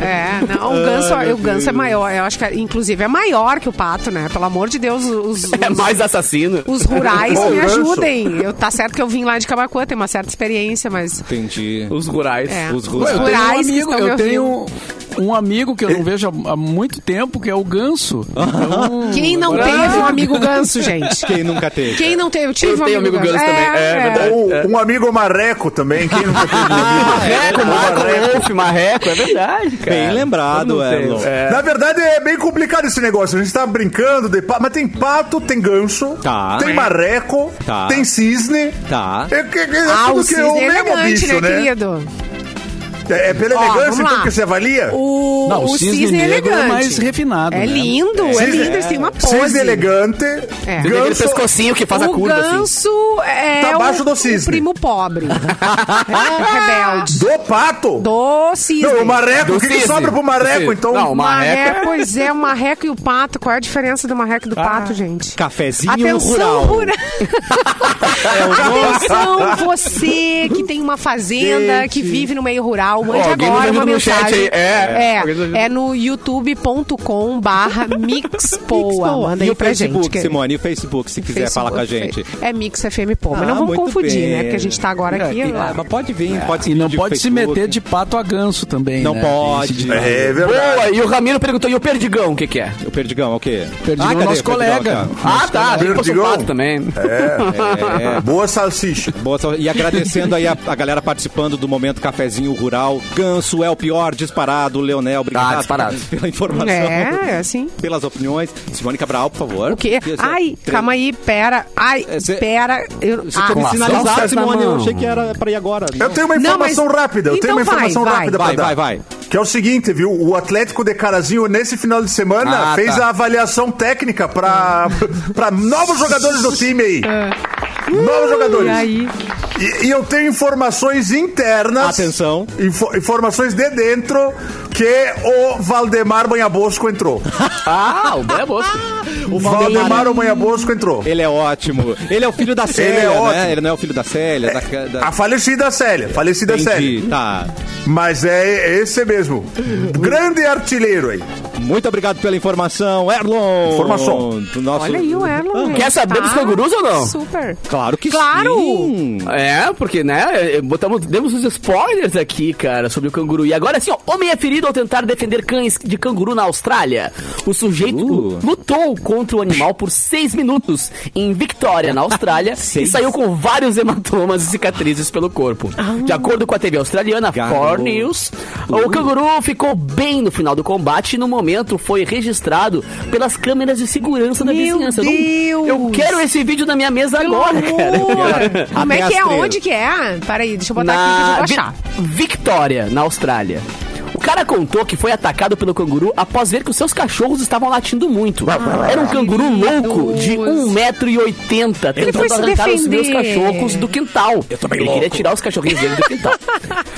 É, não, o ganso, o ganso é maior. Eu acho que, inclusive, é maior que o pato, né? Pelo amor de Deus, os, os- (laughs) É mais assassino. os rurais Bom, me ganso. ajudem. Eu, tá certo que eu vim lá de Camacuã, tenho uma certa experiência, mas. Entendi. Os rurais. É. Os Ué, russos. eu tenho um rurais que amigo, estão me eu tenho ouvindo. um amigo que eu não vejo há há muito tempo, que é o ganso. Hum. Então, Quem não agora- teve um amigo ganso, gente? Quem nunca teve? Quem não teve? Eu tive Eu um tenho amigo, amigo ganso também, é verdade. Ou um amigo marreco também. Quem nunca teve um (laughs) amigo Marreco, É, Marco, Wolf, Marreco, é verdade, cara. Bem lembrado, Todo mundo tem. Erlon. É. Na verdade, é bem complicado esse negócio. A gente tá brincando de pato, mas tem pato, tem ganso, Tá. tem marreco, Tá. tem cisne. Tá. É, que- que- é Ah, tudo o que cisne é o é mesmo elegante, bicho, né, né? querido? É, é pela Ó, elegância vamos então lá. que você avalia? O, Não, o cisne negro é elegante. mais refinado, É né? lindo, é, Cisne- lindo. Eles têm uma pose. Cisne elegante, É. Tem aquele ganso... pescocinho que faz a o curva, assim. ganso é Tá abaixo o, do o cisne. primo pobre. (laughs) É, Rebelde. Do pato? Do cisne. Não, o marreco. Do O que, que cisne. sobra pro Do marreco, cisne. então? Não, o marreco Marreco, pois é, o marreco e o pato. Qual é a diferença do marreco Ah, e do pato, gente? Cafezinho Atenção, rural. (laughs) rural. Atenção, você que tem uma fazenda, que vive no meio rural, mande Ó, alguém nos agora ajuda uma no chat mensagem. aí, é. é, Alguém nos ajuda. é no youtube.com barra mixpoa. Manda e aí o pra Facebook, gente. que- Simone, e o Facebook, se quiser Facebook, falar com a gente. É Mix FM Pô, mas Ah, não vamos muito confundir, bem. né? Porque a gente tá agora aqui. É, e- ó. ah, mas pode vir, pode E não pedir pode o se Facebook. meter de pato a ganso também, Não né? pode. Tem esse É verdade. Boa, e o Ramiro perguntou, e o perdigão, o que que é? O Perdigão é o quê? Perdigão é cadê nosso o Perdigão colega. aqui, Ah, tá, tem que Perdigão. um pato também. ó? É. Boa salsicha. Boa sorte. E agradecendo aí a, a galera participando do Momento Cafezinho Rural. Ganso é o pior disparado. Leonel, obrigado Ah, disparado. pela informação. É, é assim. Pelas opiniões. Simone Cabral, por favor. O quê? Ai, calma aí, pera. Ai, É, cê- pera. Eu, Ah, Você tinha me ai. sinalizado, Nossa, Simone. Eu mano. achei que era pra ir agora. Eu tenho uma Não, informação mas- rápida. Eu tenho uma Então vai, informação vai. rápida Vai, pra vai, dar. vai. Que é o seguinte, viu? O Atlético de Carazinho, nesse final de semana, Ah, fez tá. a avaliação técnica pra, pra novos jogadores do time aí. Novos E jogadores. aí? E, e eu tenho informações internas. Atenção. info- informações de dentro que o Valdemar Banhabosco entrou. Ah, o Bé Bosco. O Valdemar o Banhabosco entrou. Ele é ótimo. Ele é o filho da Célia, é ótimo. né? Ele não é o filho da Célia. da, da... A falecida Célia, falecida Entendi, Célia. tá. Mas é, é esse mesmo. Grande artilheiro aí. Muito obrigado pela informação, Erlon. Informação. Do nosso... Olha aí o Erlon. Quer saber dos cangurus ou não? Super. Claro que Claro. sim. É, porque, né, eh, botamos, demos uns spoilers aqui, cara, sobre o canguru. E agora, assim, ó, homem é ferido ao tentar defender cães de canguru na Austrália. O sujeito Uh. lutou contra o animal por seis minutos em Victoria, na (laughs) Austrália, e saiu com vários hematomas e cicatrizes pelo corpo. Ah. De acordo com a TV australiana, Garoto. Four News, o canguru ficou bem no final do combate e, no momento, foi registrado pelas câmeras de segurança da Meu vizinhança. Eu não- Eu Deus. quero esse vídeo na minha mesa agora, cara. Amor. Como Até é que é? as três. Onde que é? Pera aí, deixa eu botar aqui que eu já vou achar. Vi- Victoria, na Austrália. O cara contou que foi atacado pelo canguru após ver que os seus cachorros estavam latindo muito. Era um canguru louco de 1,80m Ele foi tentando se arrancar os meus defender. cachorros do quintal. Ele queria tirar os cachorrinhos dele do quintal.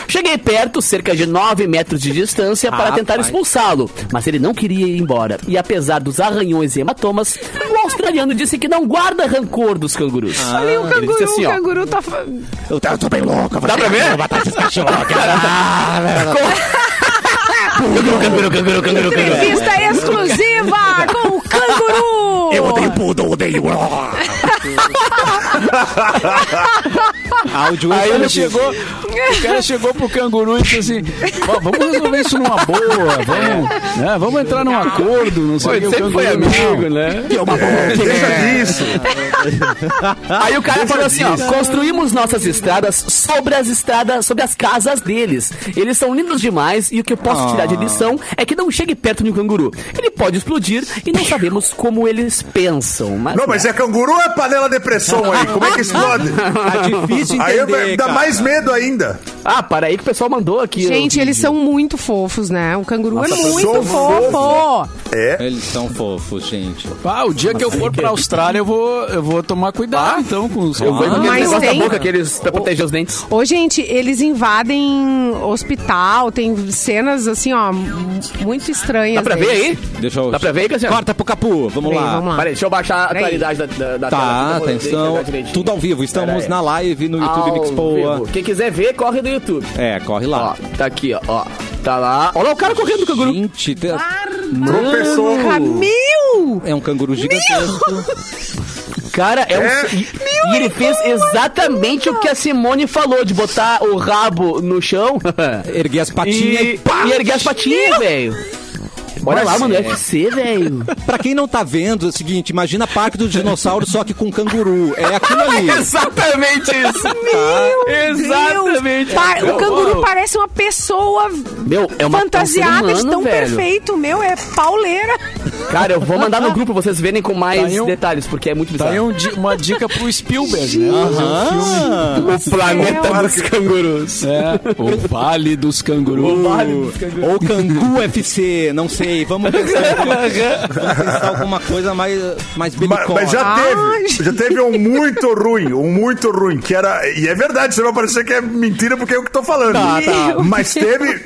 Cheguei perto, cerca de 9 metros de distância, para tentar Rapaz. expulsá-lo, mas ele não queria ir embora. E apesar dos arranhões e hematomas, o australiano disse que não guarda rancor dos cangurus. Olha o ele disse canguru, assim, o ó. canguru tá... Eu tô, eu tô bem louco. Dá pra ver? Entrevista (laughs) exclusiva com o canguru! Eu odeio pudo, eu odeio. Áudio Aí ele infantil. chegou, o cara chegou pro canguru e disse assim: "Ó, vamos resolver isso numa boa, vamos, né, vamos entrar num acordo, não sei o que. o sempre foi canguru, "Não." amigo, né? É, deixa disso. Aí o cara falou assim, ó, construímos nossas estradas sobre as estradas, sobre as casas deles. Eles são lindos demais e o que eu posso tirar Ah. de lição é que não chegue perto de um canguru. Ele pode explodir e não sabemos como eles pensam. Mas, Não, mas é canguru ou é panela de pressão aí? Como é que explode? Tá difícil Aí eu- entender, dá cara. mais medo ainda. Ah, para aí que o pessoal mandou aqui. Gente, eles são muito fofos, né? O canguru é muito são fofo. É. Eles são fofos, gente. Ah, o dia que eu for pra Austrália, eu vou, eu vou tomar cuidado, então, com os Eu vou com aquele Mas negócio tem- da boca que eles pra proteger os dentes. Ô, gente, eles invadem hospital, tem cenas assim, ó, m- muito estranhas. Dá pra ver deles. aí? Deixa eu. Dá pra ver aí, Cassiano? Corta pro Capu, vamos Peraí, lá. Tá, vamos lá. Peraí, deixa eu baixar a Peraí. claridade da, da, da Tá, tela. aqui, que eu vou atenção. deixar direitinho. Tudo ao vivo, estamos Pera aí. na live no YouTube Ao Mix Poa. vivo. Quem quiser ver, corre no YouTube. É, corre Ó, lá. tá aqui, ó. ó. Tá lá. Olha lá o cara correndo do canguru. Gente, te- Tropeçou. Camil! é um canguru gigantesco. Cara, é um. É. E, e ele fez exatamente o que a Simone falou: de botar o rabo no chão Ergui as patinhas e, e, pá! e erguer as patinhas, velho. Olha lá, mano, UFC, velho. Pra quem não tá vendo, é o seguinte, imagina Parque dos Dinossauros só que com canguru. É aquilo ali. Exatamente isso. Exatamente. Pa- o Meu, canguru ô, parece uma pessoa Meu, é uma é um fantasiada ser humano, de tão velho. perfeito, meu, é pauleira. Cara, eu vou mandar no grupo pra vocês verem com Tá mais aí um- detalhes, porque é muito Tá aí bizarro. um di- uma dica pro Spielberg, né? Fazer um filme. o um planeta dos cangurus. É, o Vale dos Cangurus. tá? Ou Cangu FC, não sei. Vamos pensar, em- vamos pensar alguma coisa mais, mais Mas, belicona. mas já teve, já teve um muito ruim, um muito ruim, que era. E é verdade, você vai parecer que é mentira porque é o que tô falando. tá. Mas teve.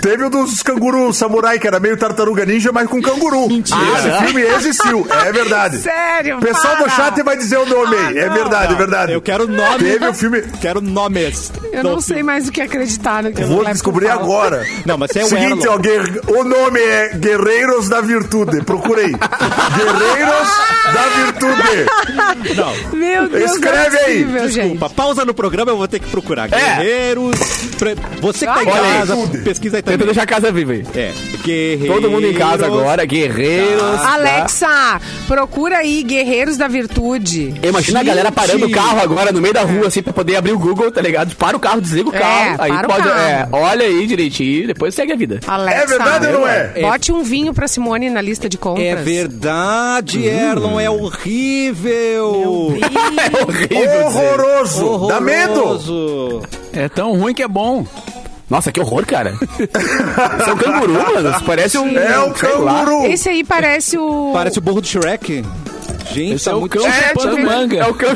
Teve o dos canguru samurai, que era meio tartaruga ninja, mas com canguru. Mentira. Esse filme existiu, é verdade. Sério, O pessoal para. do chat vai dizer o nome aí. É não. verdade, é verdade. Eu quero nome. Teve o filme. Quero nomes. Eu não sei mais o que acreditar no que o Vou Cleber descobrir fala. agora. Não, mas você é o Seguinte, Erlon. ó, guer- o nome é Guerreiros da Virtude. Procurei. Guerreiros da Virtude. Meu Deus, não Escreve é aí. possível, gente. Desculpa, pausa no programa, eu vou ter que procurar. Guerreiros. pre- Você que tá em Olha aí. casa, pesquisa aí Tenta também. deixar a casa viva aí. É, guerreiros. Todo mundo em casa agora, guerreiros. Alexa, procura aí Guerreiros da Virtude. Imagina a galera parando o Gente. carro agora no meio da rua, assim, pra poder abrir o Google, tá ligado? Para o carro, desliga o É, carro. aí para o pode. carro. É, olha aí direitinho, depois segue a vida. Alexa, É verdade ou não é? bote um vinho pra Simone na lista de compras. É verdade, Erlon, é horrível. É horrível. Horroroso. Dá medo. Horroroso. É tão ruim que é bom. (laughs) Nossa, que horror, cara. Isso é um canguru, mano. Isso parece um. É o sei lá. canguru. Esse aí parece o. Parece o burro do Shrek. Gente, Esse tá é o muito cão chupando tipo- É manga. o cão.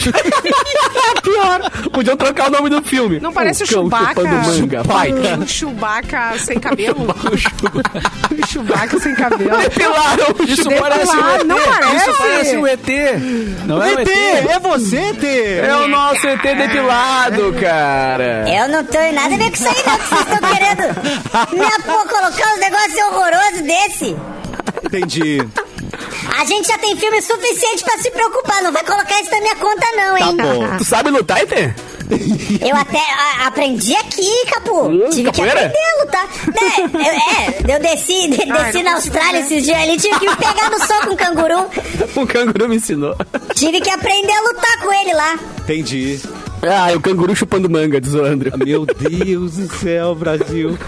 Pior. Podiam trocar o nome do filme. Não parece o, cão Chewbacca? chupando manga. Vai. O Chewbacca sem cabelo. o (laughs) Chewbacca sem cabelo. Depilaram o Isso Depilar, parece o ET. não parece? Isso parece o ET. Não é o ET, ET. é você, T. É o nosso ET depilado, cara. Eu não tenho nada a ver com isso aí, não, que vocês estão querendo me apô, colocar uns negócios horrorosos desse. Entendi. A gente já tem filme suficiente pra se preocupar, não vai colocar isso na minha conta, não, Tá hein? bom. Tu sabe lutar, ET? Eu até a- aprendi aqui, Capu. Hum, tive capoeira? que aprender a lutar. Né, eu, é, eu desci, de- Ai, desci não consigo, na Austrália né? esses dias ali, tive que me pegar no soco com um canguru. (laughs) O canguru me ensinou. Tive que aprender a lutar com ele lá. Entendi. Ah, o canguru chupando manga, diz o André. Meu Deus do céu, Brasil.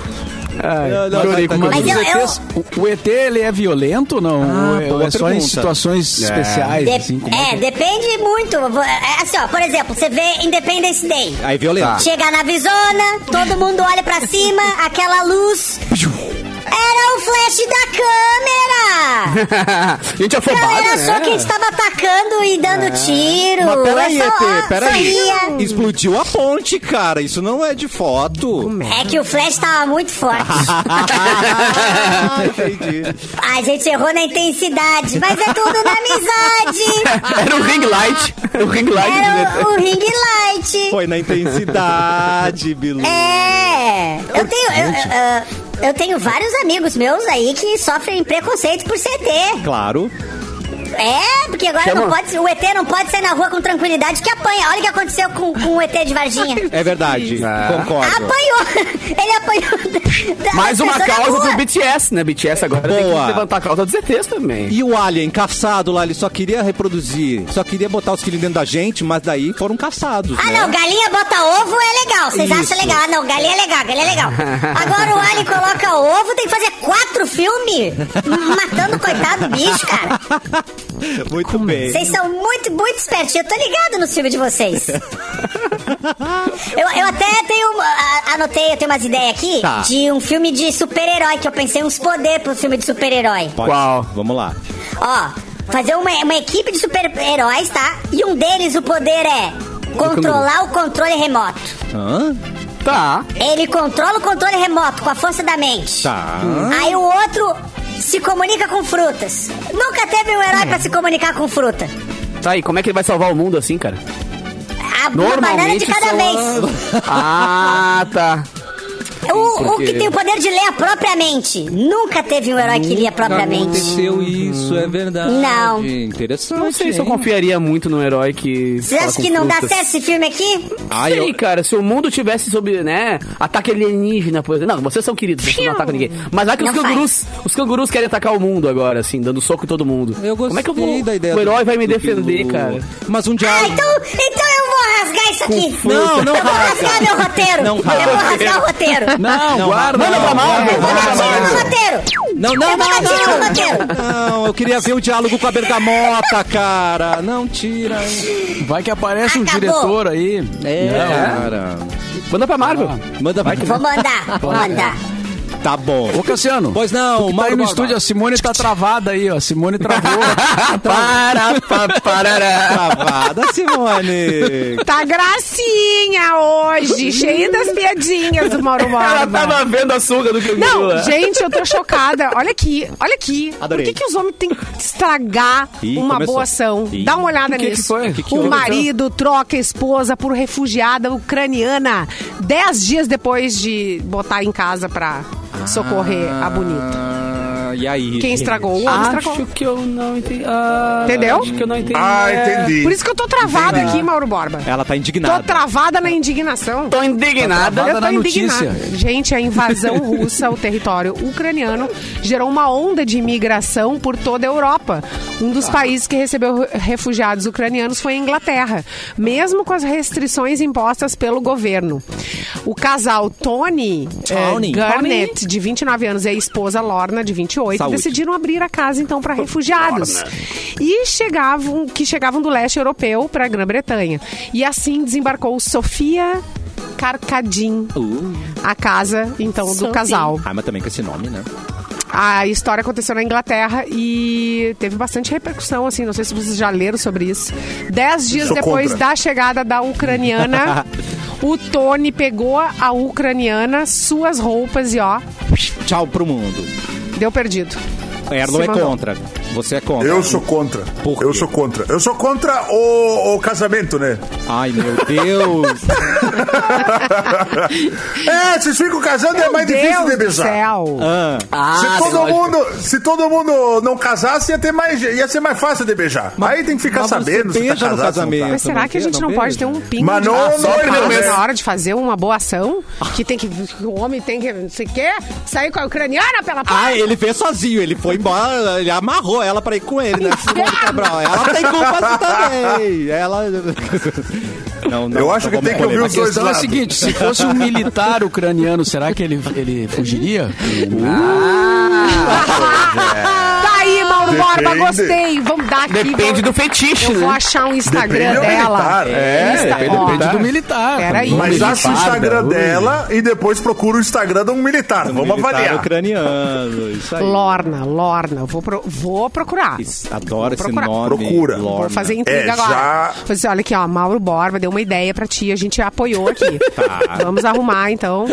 Ai, Não, não, chorei tá- com o tá- canguru. Mas eu- eu- é O- O ET, ele é violento ou não? Ou é- boa ou é só em pergunta. situações especiais, De- assim, como é, depende muito. Vou- é Assim, ó, por exemplo, você vê Independence Day. Aí, violento. Chega na visona, todo mundo olha pra cima, aquela luz. Era o flash da câmera! Gente A afobada, galera achou que a né? gente tava atacando e dando tiro. É. Mas peraí, Eu só- ET, peraí. sabia. Explodiu a ponte, cara. Isso não é de foto. É que o flash tava muito (laughs) forte. Ah, (laughs) entendi. A gente errou na intensidade, mas é tudo na (laughs) amizade. Era o ring light. O ring light né? do ET. Era o, o ring light. Foi na intensidade, Bilu. É, eu tenho. Eu, ah, eu- eu- eu tenho vários amigos meus aí que sofrem preconceito por CT. Claro. É, porque agora Chama- não pode, o ET não pode sair na rua com tranquilidade que apanha. Olha o que aconteceu com, com o ET de Varginha. É verdade, concordo. Apanhou! Ele apanhou. da- Mais das uma pessoas na causa rua. pro BTS, né? BTS agora tem Boa. que levantar a causa dos ETs também. E o alien caçado lá, ele só queria reproduzir, só queria botar os filhos dentro da gente, mas daí foram caçados, Ah, né? É? não, galinha bota ovo é legal. Vocês Isso. acham legal? Ah, não, galinha é legal, galinha é legal. Agora o Alien coloca ovo, tem que fazer quatro filmes matando o coitado do bicho, cara. Muito bem. assim? Vocês são muito, muito espertinhos. Eu tô ligado no filme de vocês. Eu, eu até tenho. uma- a- Anotei, eu tenho umas ideias aqui Tá. de um filme de super-herói, que eu pensei uns poder pro filme de super-herói. Pode. Qual? Vamos lá. Ó, fazer uma, uma equipe de super-heróis, tá? E um deles, o poder é controlar o controle remoto. Hã? Tá. Ele controla o controle remoto com a força da mente. Tá. Aí o outro se comunica com frutas. Nunca teve um herói pra se comunicar com fruta. Tá, e como é que ele vai salvar o mundo assim, cara? A uma banana de Normalmente cada são vez. as- Ah, (laughs) tá. O, o porque- que tem o poder de ler a própria mente. Nunca teve um herói que lia a própria mente. Aconteceu isso, é verdade. Não. Interessante. Não sei se eu hein? confiaria muito num herói que. Vocês acham que não dá certo esse filme aqui? Ah, Sei, eu- cara, se o mundo tivesse sobre, né, ataque alienígena, por exemplo. Não, é vocês são queridos, vocês não atacam ninguém. Mas lá que os Não cangurus, os cangurus querem atacar o mundo agora, assim, dando soco em todo mundo. Eu gostei Como é que eu vou? da ideia o herói do- vai me do defender, Pingu. cara. Mas um Ah, diálogo. então, então eu vou rasgar isso aqui. Não, não Eu vou rasga. rasgar meu roteiro. Não eu rasga. vou rasgar o roteiro. Não, Não, guarda. manda pra Marvel, guarda, Eu vou guarda. dar tiro no roteiro. Não, não, eu vou não, dar tiro não. no roteiro. Não, eu queria ver o diálogo com a bergamota, cara. Não tira. hein? Vai que aparece um Acabou. diretor aí. É? É. Cara, Manda pra Marvel. Ah. Manda vai que Vou mandar, vou mandar. Tá bom. Ô, Cassiano. Pois não, tu que tá aí Mauro no Borba. estúdio, a Simone tá travada aí, ó. A Simone travou. Para, Ah, pa, parará. Travada, Simone. Tá gracinha hoje, cheia das piadinhas do Mauro Ela Borba. tava vendo a sunga do canguru. Não, lá. gente, eu tô chocada. Olha aqui, olha aqui. Adorei. Por que, que os homens têm que estragar Ih, uma começou. boa ação? Ih. Dá uma olhada que nisso. foi? Que que o houve? marido troca a esposa por refugiada ucraniana dez dias depois de botar em casa pra socorrer a bonita. Ah, e aí? Quem estragou? O homem estragou. Acho que eu não entendi. Ah, Entendeu? Acho que eu não entendi. Ah, É. entendi. Por isso que eu tô travada aqui, Mauro Borba. Ela tá Tô indignada. travada na indignação. Tô indignada. Tá Eu tô na indignada. notícia. Gente, a (laughs) invasão russa ao território ucraniano gerou uma onda de imigração por toda a Europa. Um Tá. dos países que recebeu refugiados ucranianos foi a Inglaterra, mesmo com as restrições impostas pelo governo. O casal Tony, eh, Tony. Garnett, de 29 anos, e a esposa Lorna, de 28, Saúde. decidiram abrir a casa então para refugiados e chegavam que chegavam do leste europeu para a Grã-Bretanha. E assim desembarcou Sofia Carcadin, Uh. a casa então do casal. Ah, mas também com esse nome, né? A história aconteceu na Inglaterra e teve bastante repercussão, assim, não sei se vocês já leram sobre isso. Dez dias Sou depois contra. da chegada da (laughs) ucraniana, o Tony pegou a ucraniana, suas roupas e ó, Tchau pro mundo. deu perdido. Erlon Se é mandou. contra. Você é contra. Eu sou contra. Por quê? Eu sou contra. Eu sou contra o, o casamento, né? Ai, meu (laughs) Deus. É, vocês ficam casando é mais Meu difícil de Deus do beijar. céu. Ah, Ah, Se todo, lógico. mundo, se todo mundo não casasse, ia, ter mais, ia ser mais fácil de beijar. Aí tem que ficar mas você sabendo se tá beija no casado. se não tá. casamento. Mas não será que a beija, gente não não pode beija? ter um pingo Mas de não- razão não, pra não, nós não. na hora de fazer uma boa ação? Que tem que. que O homem tem que. Não sei o quê. Sair com a ucraniana pela Ah, porta. ele fez sozinho, ele foi embora, ele amarrou ela pra ir com ele, né? Simone Cabral. Ela tem culpa assim (laughs) também. Ela. Não, não, Eu acho que vamos tem que ouvir A polêmica. os dois questão é a lados. seguinte, se fosse um (laughs) militar ucraniano, será que ele, ele fugiria? (laughs) tá aí, Mauro Borba, é. Depende. gostei. Vamos dar aqui. Depende do fetiche, Eu vou (laughs) né? achar um Instagram Depende do dela. militar. É, Insta- Depende, ó, depende do um militar. Peraí. também. Mas Homem acha o Instagram dela e depois procura o Instagram de um militar. Um Vamos militar avaliar. ucraniano, isso aí. Lorna, Lorna. eu Vou, pro- vou procurar. Isso, tá Adoro esse procurar. nome. né? Procura. Lorna. Vou fazer intriga É, agora. assim, já- Vou dizer, olha aqui, ó, Mauro Borba deu uma ideia pra ti, a gente apoiou aqui. Vamos arrumar, então.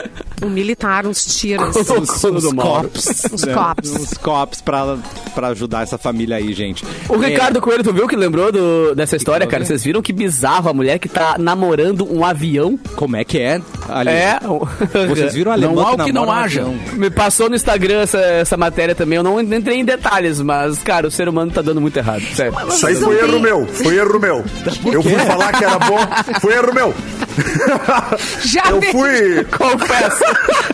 Um militar, uns tiros. Os, Sono do Mauro. cops. Os né? cops. Os cops pra, pra ajudar essa família aí, gente. O Ricardo Coelho, tu viu que lembrou do- dessa história, cara? Vocês viram que bizarro a mulher que tá namorando um avião? Como é que é? Ali, É. (laughs) Vocês viram a alemã Não há o que não namora um haja. avião? Me passou no Instagram essa, essa matéria também. Eu não entrei em detalhes, mas, cara, o ser humano tá dando muito errado. Sério. Isso aí Vocês não foi erro têm- meu, foi erro meu. Eu fui falar que era bom, foi erro meu. (laughs) Já Eu veio- fui, Confesso.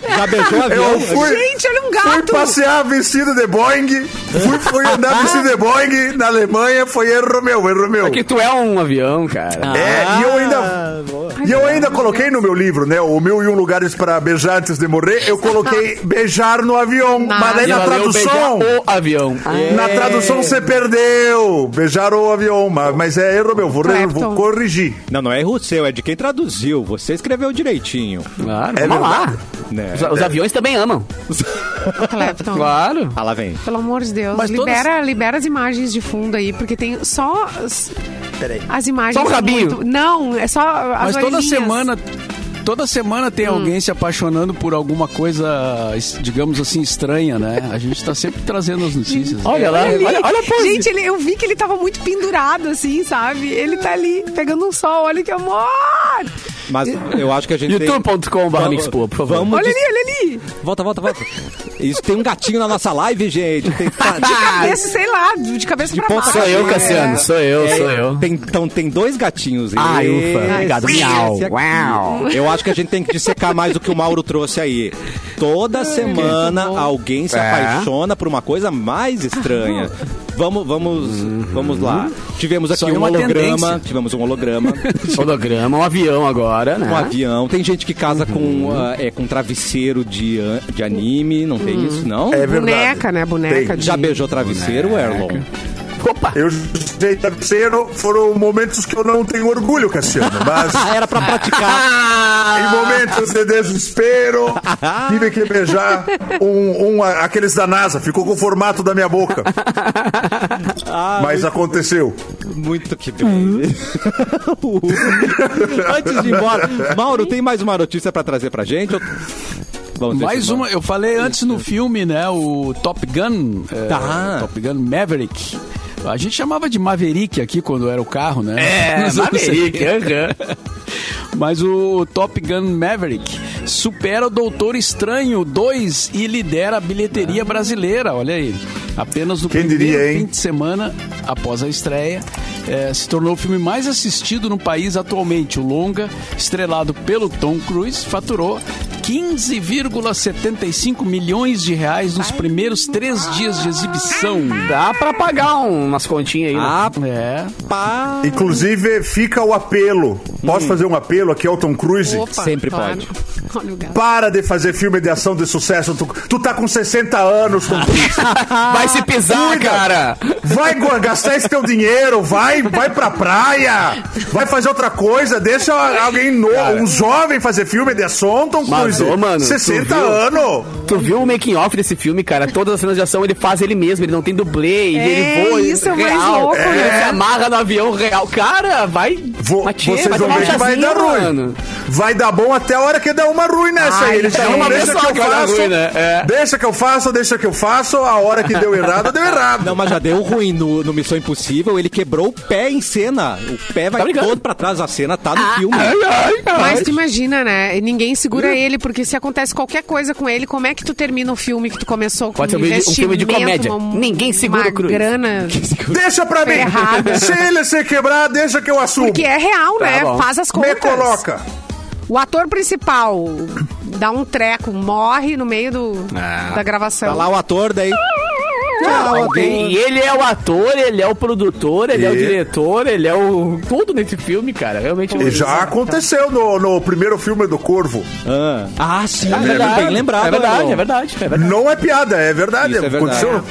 Já beijou o avião? eu fui. Gente, olha um Fui gato. passear vestido de Boeing, fui, fui andar vestido de Boeing na Alemanha, foi erro meu, erro meu. Porque tu é um avião, cara. É, e Ah, eu ainda. E eu ainda coloquei no meu livro, né? O mil e um lugares para beijar antes de morrer. (laughs) Eu coloquei beijar no avião. Mas daí E é na ela veio tradução. Ah, beijar O É. avião. Na tradução você perdeu. Beijar o avião. Mas, mas é erro meu. Vou, re- Clapton. vou corrigir. Não, não é erro seu, é de quem traduziu. Você escreveu direitinho. Claro, É vamos lá. verdade. Né? Os, os aviões também amam. Clapton. Claro. Ah, lá vem. Pelo amor de Deus, Mas todas- libera, libera as imagens de fundo aí, porque tem só as, as imagens. Só um são rabinho. muito- Não, é só as Mas toda orelhinhas. semana. Toda semana Hum. tem alguém se apaixonando por alguma coisa, es- digamos assim, estranha, né? A gente tá sempre trazendo as notícias. né? Olha lá. Ali. Olha, olha a pose. é Gente, ele- eu vi que ele tava muito pendurado, assim, sabe? Ele tá ali pegando um sol, olha que amor! Mas eu acho que a gente. tem... youtube.com.br Mixpoa, por favor. Vamos Olha des- ali, olha ali! Volta, volta, volta. Isso tem um gatinho na nossa live, gente. (laughs) Tem que tá- Ah, Cabeça, sei lá, de cabeça pra ponta baixo. Sou eu, né? Cassiano. Sou eu, sou eu. Tem- então tem dois gatinhos. Ah, Esse ufa. Obrigado. aqui. Miau. Uau. Eu acho que a gente tem que dissecar mais o que o Mauro trouxe aí. Toda semana alguém se É. apaixona por uma coisa mais (laughs) estranha. Vamos, vamos, vamos lá. Uhum. Tivemos aqui Só é um uma holograma, tendência. tivemos um holograma, Holograma, um avião agora, né? um avião. Tem gente que casa com ah, é com travesseiro de an- de anime, não tem isso não? É verdade. Boneca, né? Boneca Tem. de. Já beijou travesseiro, Erlon? Opa! Eu já terceiro. Foram momentos que eu não tenho orgulho, Cassiano. (laughs) Mas Ah, era pra praticar. Ah. em momentos (laughs) de desespero, tive que beijar um, um- aqueles da NASA. Ficou com o formato da minha boca. Ah, Mas aconteceu. (laughs) Muito que bem. (laughs) Antes de ir embora, Mauro, tem mais uma notícia pra trazer pra gente? Ou- Vamos ver Mais se- uma, eu falei antes no filme, né? O Top Gun. é, Tá. Top Gun Maverick. A gente chamava de Maverick aqui quando era o carro, né? É, (laughs) Nos anos Maverick, 70. aham. (laughs) Mas o Top Gun Maverick supera o Doutor Estranho 2 e lidera a bilheteria brasileira, olha aí. Apenas no Quem primeiro diria, hein? fim de semana, após a estreia, eh, se tornou o filme mais assistido no país atualmente. O longa, estrelado pelo Tom Cruise, faturou 15,75 milhões de reais nos primeiros três dias de exibição. Dá pra pagar um- umas continhas aí. né? Ah, É, pá. Inclusive, fica o apelo. Posso Hum. fazer um apelo aqui ao Tom Cruise? Opa, Sempre claro. pode. (laughs) Olha o gato. Para de fazer filme de ação de sucesso. Tu, tu tá com 60 anos, (laughs) Tom Cruise. Vai se pisar, Cuida. cara! Vai go- gastar esse teu dinheiro, vai, vai pra praia, vai fazer outra coisa, deixa alguém novo, um jovem fazer filme de ação, Tom Mas, Cruise. ô, mano, tu 60 viu? anos. Tu viu o making off desse filme, cara? Todas as cenas de ação ele faz ele mesmo, ele não tem dublê, e É, ele voa ele- isso é o mais real. louco, né? Ele se amarra no avião real. Cara, vai. Vou- Mas, tchê, vocês vão tomar um ver que vai chazinho, dar ruim. mano. Vai dar bom até a hora que dá uma ruim nessa Ai, aí. Ele é tá, uma deixa vez só que que eu vai dar faço, ruim, né? É. deixa que eu faço, deixa que eu faço, a hora que deu errado, deu errado. Não, mas já deu ruim no, no Missão Impossível. Ele quebrou o pé em cena. O pé Tá vai brincando? todo pra trás. A cena tá no Ah, filme. Mas tu imagina, né? E Ninguém Hum. segura ele, porque se acontece qualquer coisa com ele, como é que tu termina o filme que tu começou com Pode ser um um vídeo- um investimento, filme de comédia. uma- Ninguém segura uma o Cruz. grana. Deixa pra mim. Ferrado. Se ele se quebrar, deixa que eu assumo. Porque é real, né? Tá bom. Faz as contas. Me coloca. O ator principal dá um treco, morre no meio do, Ah, da Tá gravação. lá o ator, daí... Tchau, ator. E ele é o ator, ele é o produtor, ele é o E- diretor, ele é o. tudo nesse filme, cara. Realmente. é E já aconteceu no, no primeiro filme do Corvo. Ah, Ah, sim. É verdade, bem lembrado. É verdade, Elon. é verdade, é verdade. Não é piada, é verdade. Isso é verdade. Aconteceu.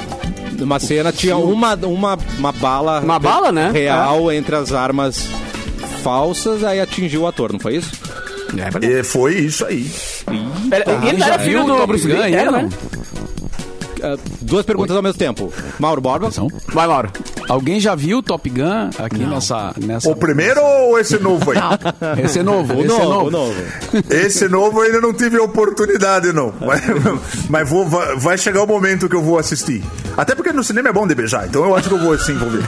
Numa cena tinha uma, uma, uma bala... Uma bala, né? Real entre as armas falsas, aí atingiu o ator, não foi isso? E foi isso aí. Pera, ele já era filho viu o do Top Bruce Gun Lee, aí, era, não? né? Duas perguntas ao mesmo tempo. Mauro Borba. são. Vai, Mauro. Alguém já viu Top Gun aqui nessa, nessa. O primeiro ou esse novo aí? Esse é novo, esse é novo. Esse novo eu ainda não tive oportunidade, não. É. Mas, mas vou- vai, vai chegar o momento que eu vou assistir. Até porque no cinema é bom de beijar, então eu acho que eu vou sim, (laughs) vou ver.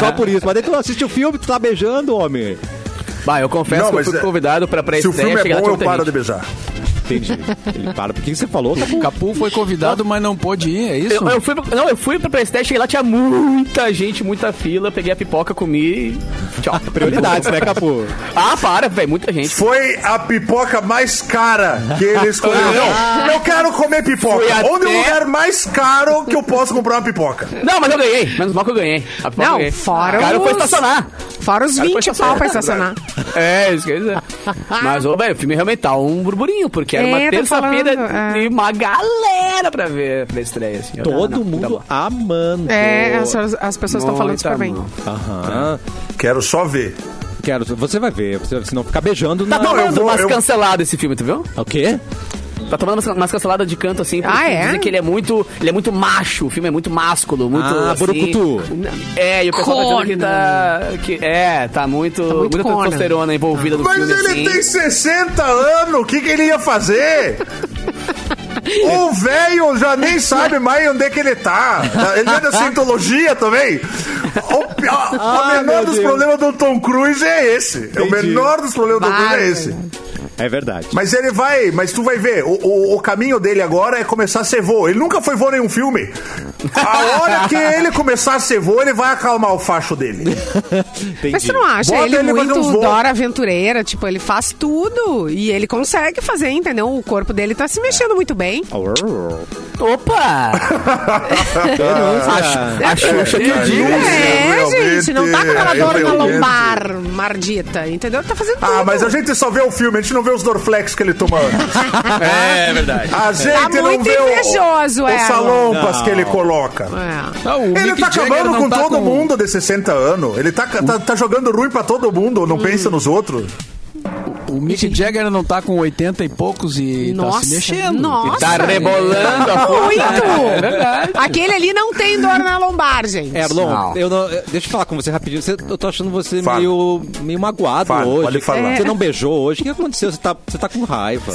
(laughs) Só por isso. Mas daí tu não assiste o filme, tu tá beijando, homem. Bah, eu confesso Não, que eu mas fui é- convidado pra Se o pré-estreia. filme é né? chegar bom, eu muita paro de gente. beijar. Entendi. Ele para. Por que que você falou? Capu? Capu foi convidado, mas não pôde ir, é isso? eu, eu fui, pra- não, eu fui pra pré-estreia, cheguei lá, tinha muita gente, muita fila, peguei a pipoca, comi e tchau. Prioridades, né, Capu? (laughs) Ah, para, velho, muita gente. Foi a pipoca mais cara que ele escolheu. Não, eu quero comer pipoca. Foi Ah. até- Onde é o lugar mais caro que eu posso comprar uma pipoca? Não, mas eu ganhei. Menos mal que eu ganhei. A pipoca Não, eu ganhei. fora O cara os- foi estacionar. Fora os Cara, 20 pode pau pra passar. estacionar. É, isso que eu ia dizer. Mas, ô, velho, o filme realmente tá um burburinho, porque era É, uma tô terça-feira falando, é. e uma galera pra ver pra estreia. Assim. Eu, Todo não, não, tá mundo bom. amando. É, as, as pessoas estão falando Muita super bem. mão. Aham. Quero só ver. Quero. Você vai ver. Você, senão ficar beijando Tá na- tomando vou- umas eu- canceladas esse filme, tu viu? O quê? Tá tomando umas, umas canceladas de canto, assim, porque Ah, é? dizem que ele é muito. Ele é muito macho, o filme é muito másculo, muito. Ah, assim, Borucutu. É, e o pessoal tá dizendo que tá. Que, é, tá muito. muito muita Conan. testosterona envolvida no Mas filme. ele assim. tem 60 anos, o que, que ele (laughs) ia fazer? O velho já nem sabe mais onde é que ele tá. Ele é da cientologia também. O, (laughs) pi- a- o Ah, menor meu dos Deus. problemas do Tom Cruise é esse. O Entendi. menor dos problemas do Tom Cruise é Bárbaro. esse. É verdade. Mas ele vai, mas tu vai ver, o, o- o caminho dele agora é começar a ser vô. Ele nunca foi vô em nenhum filme. A hora (laughs) que ele começar a ser vô, ele vai acalmar o facho dele. Entendi. Mas você não acha Bota ele, ele fazer uns muito voos. Dora Aventureira? Tipo, ele faz tudo e ele consegue fazer, entendeu? O corpo dele tá se mexendo muito bem. (laughs) Opa! Denúncia. A Xuxa que É, eu digo. Pois é, É, realmente, gente, não tá com aquela é, dor na realmente. lombar mardita, entendeu? Tá fazendo tudo. Ah, mas a gente só vê o filme, a gente não vê os Dorflex que (laughs) ele toma antes. É, é verdade. A gente não Tá muito vê invejoso, o, Erlon. os salompas Não. que ele coloca. É. Ah, o Ele Mick tá Jagger acabando não com tá todo mundo de 60 anos. Ele tá, tá, tá jogando ruim pra todo mundo, Hum. não pensa nos outros. O Mick Jagger não tá com 80 e poucos e tá Nossa, se mexendo. nossa. E Tá tá Ah, rebolando a porra. Muito! Aquele ali não tem dor na lombar, gente. Erlon, Não. eu não, eu- deixa eu falar com você rapidinho. Você- eu tô achando você Fala. meio, meio magoado Fala, hoje. pode falar. Você não beijou hoje. O que aconteceu? Você tá, você tá com raiva.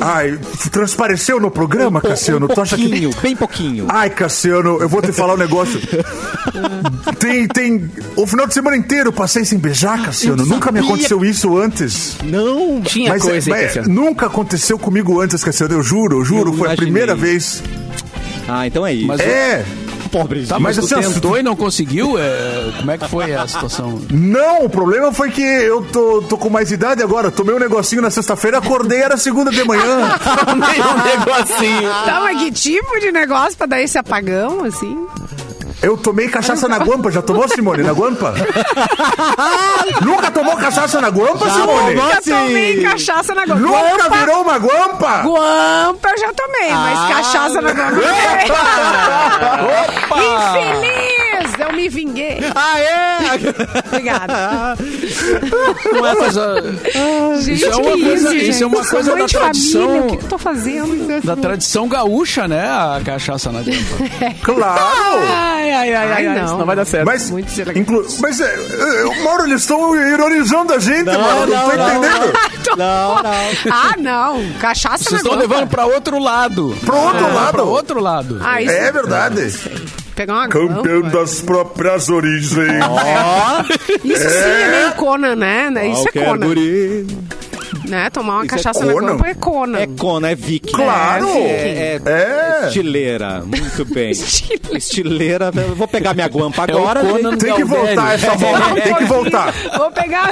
Ai, transpareceu no programa, Cassiano? um tu acha que pouquinho, bem pouquinho. Ai, Cassiano, eu vou te falar (laughs) um negócio. tem, tem. O final de semana inteiro eu passei sem beijar, Cassiano. Nunca me aconteceu isso antes. Não. Tinha coisa aí, (laughs) mas é, Cassiano. nunca aconteceu comigo antes, Cassiano. Eu juro, eu juro. Eu foi a imaginei. primeira vez. Ah, então é isso. Mas- É. pobre. Tá, Mas mas, assim, ó, tu tentou e não conseguiu? É, como é que foi a (laughs) situação? Não, o problema foi que eu tô, tô com mais idade agora. Tomei um negocinho na sexta-feira, acordei, era segunda de manhã. um negocinho. Tá, mas que tipo de negócio pra dar esse apagão, assim? Eu tomei cachaça na guampa. Já tomou, Simone? Na guampa? Nunca tomou cachaça na guampa, Simone? tomou. Nunca Assim. tomei cachaça na guampa. Nunca virou uma guampa? Guampa eu já tomei, Ah. mas cachaça é na guampa. Infeliz! Eu me vinguei. Ah, é? Obrigada. Não é, mas a- Gente, Isso é uma que coisa- gente. isso é uma Eu sou coisa mãe da de família, tradição. O que que eu tô fazendo? da tradição gaúcha, né? A cachaça na guampa. Claro! Ai, ai, ai, Ai, ai, não. Isso não vai dar certo. Mas, Muito deselegante. inclu... mas é, é, é, Mauro, eles estão ironizando a gente, mano. Não, tô entendendo. Não, não. Ah, não. é Cachaça Vocês na estão guampa. levando pra outro lado. Pro outro lado. Pra outro lado. Ah, isso. É verdade. Pegar uma Campeão guampa. das próprias origens. Isso sim é meio Conan, né? Né? Isso é Qualquer Conan. guri. Né? Tomar uma Isso é cachaça na Conan? guampa é Conan. É Kona, é Vicky. Claro. É, é, É. estileira. Muito bem. Estileira. estileira. Eu Vou pegar minha guampa É o agora. Conan gente. Tem que Galdério. voltar essa bola, tem que voltar. É Vou pegar.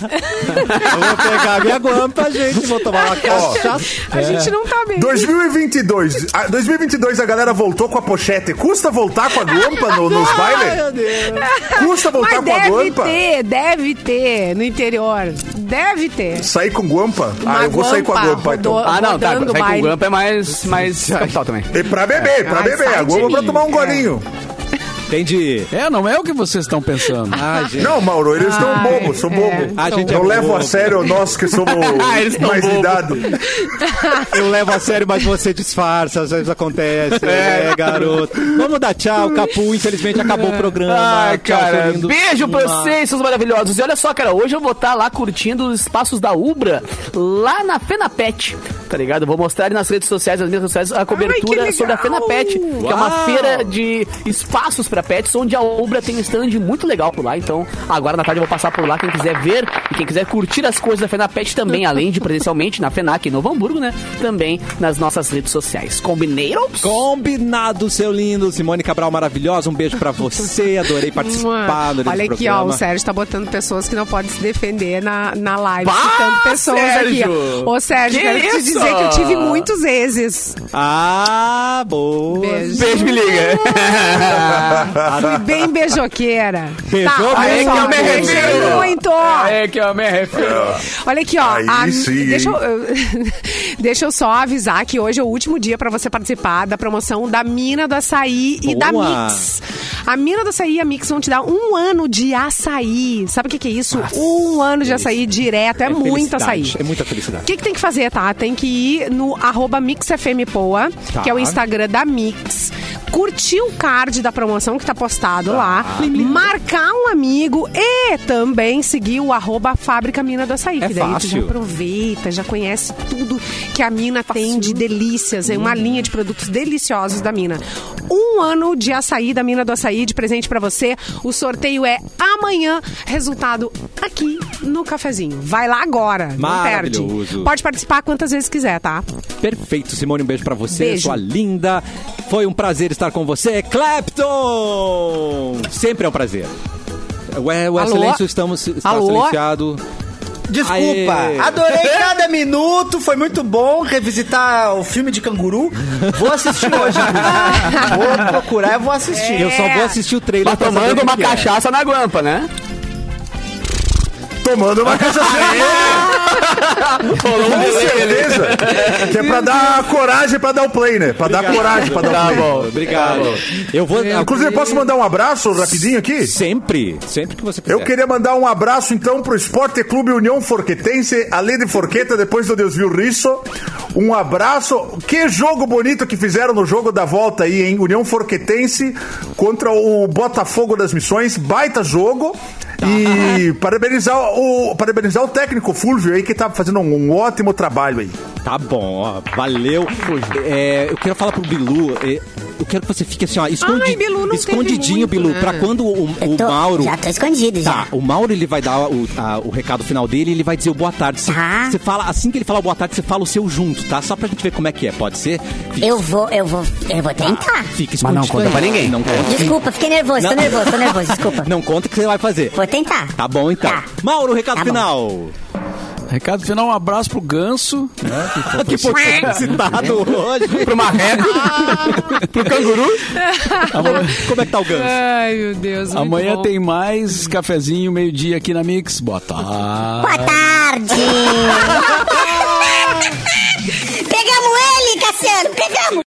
Eu vou pegar minha guampa, gente. Vou tomar uma cachaça. É. A gente não tá bem. 2022. A- 2022 a galera voltou com a pochete. Custa voltar com a guampa no- nos bailes? Custa voltar Mas com a deve guampa? ter, deve ter no interior. Deve ter. Sair com guampa? Uma Ah, eu vou sair com a guampa, guampa então. rodou- Ah, não, tá. rodando Sai baile. com o Grampa é mais, mais capital também. E pra beber, pra Ai, beber. sai A de guampa pra mim. tomar um É. golinho. Entendi. É, não é o que vocês estão pensando. Ah, gente. Não, Mauro, eles estão Ai, bobos, são é. bobos. A gente é Não levo a bobo. sério nós que (laughs) somos Ah, eles tão mais de bobo. idade. Eu levo a sério, mas você disfarça, às vezes acontece. É, garoto. Vamos dar tchau, Capu. Infelizmente acabou o programa. Ai, Tchau, cara, seu lindo. Beijo pra vocês, seus maravilhosos. E olha só, cara, hoje eu vou estar lá curtindo os espaços da Ubra, lá na FenaPet, tá ligado? Vou mostrar ali nas redes sociais, nas minhas redes sociais, a cobertura legal! sobre a FenaPet, que é uma feira de espaços pra pets, onde a Ubra tem um stand muito legal por lá. Então, agora na tarde eu vou passar por lá, quem quiser ver e quem quiser curtir as coisas da FenaPet também, além de presencialmente na FENAC em Novo Hamburgo, né? Também nas nossas redes sociais. Combineiros? Combinado, seu lindo. Simone Cabral maravilhosa. Um beijo pra você. Adorei participar do Olha aqui, ó, programa. o Sérgio tá botando pessoas que não podem se defender na, na live, Bah, citando pessoas aqui. Sérgio! ó. Ô, Sérgio, Que quero te isso? dizer que eu tive muitos exes. Ah, boa. Beijo. Beijo, me liga. Fui bem beijoqueira. Beijou tá, olha mesmo, só, que eu me beijei refiro. muito. Ah, É que eu me refiro. Olha aqui, ó. Aí a- sim, deixa, eu, (laughs) deixa eu só avisar que hoje é o último dia para você participar da promoção da Mina do Açaí e da Boa. Mix. A Mina do Açaí e a Mix vão te dar um ano de açaí. Sabe o que, que é isso? um ano de açaí direto. É, muito felicidade, açaí. É muita O felicidade. que, que tem que fazer, tá? Tem que ir no arroba MixFMPoa, Tá. que é o Instagram da Mix, curtir o card da promoção que tá postado lá, marcar um amigo e também seguir o arroba Fábrica Mina do Açaí. É que daí tu fácil. já aproveita, já conhece tudo que a Mina tem de delícias. É uma linha de produtos deliciosos da Mina. Um ano de açaí da Mina do Açaí de presente pra você. O sorteio é amanhã. Resultado aqui no cafezinho. Vai lá agora. Não perde. Maravilhoso. Pode participar quantas vezes quiser, tá? Perfeito, Simone. Um beijo pra você, Beijo. sua linda. Foi um prazer estar com você, Clapton! Sempre é um prazer. O, o Alô? silêncio estamos, está Alô? silenciado. Desculpa, Aê. adorei cada minuto, foi muito bom revisitar o filme de canguru. Vou assistir hoje. vou procurar e vou assistir. Eu só É. vou assistir o trailer. Tá pra saber tomando como uma que é. cachaça na guampa, né? Tomando uma cachaça. um Com certeza. Que é pra dar coragem pra dar o play, né? Pra dar coragem pra dar o Tá play. bom. Obrigado. Eu vou. É, Inclusive, posso mandar um abraço rapidinho aqui? Sempre, sempre que você quiser. Eu queria mandar um abraço, então, pro Esporte Clube União Forquetense, além de Forqueta, depois do Deus Viu Risso. Um abraço. Que jogo bonito que fizeram no jogo da volta aí, hein? União Forquetense contra o Botafogo das Missões. Baita jogo. E parabenizar o, parabenizar o técnico Fulvio aí, que tá fazendo um, um ótimo trabalho aí. Tá bom, ó. Valeu. É, eu quero falar pro Bilu. é, eu quero que você fique assim, ó, escondi- Ai, Bilu, não teve escondidinho, muito, Bilu, né? pra quando o, o Eu tô- Mauro. Já tô escondido, já. Tá, o Mauro ele vai dar o, a- o recado final dele e ele vai dizer o boa tarde. Você, Tá. você fala, assim que ele falar o boa tarde, você fala o seu junto, tá? Só pra gente ver como é que é, pode ser? Fique, Eu vou, eu vou, eu Tá. vou tentar. fique Mas não escondido conta aí. pra ninguém. Não conta. Desculpa, fiquei nervoso, tô Não. nervoso, tô nervoso, desculpa. Não conta que você vai fazer. Vou tentar. Tá bom então. Tá. Mauro, recado Tá bom. final. Recado final, um abraço pro Ganso. que pouco citado hoje. Pro marreco. Pro canguru. Como é que tá o ganso? Ai, meu Deus. Amanhã tem mais cafezinho, meio-dia aqui na Mix. Boa tarde. Boa tarde! (laughs) pegamos ele, Cassiano, pegamos!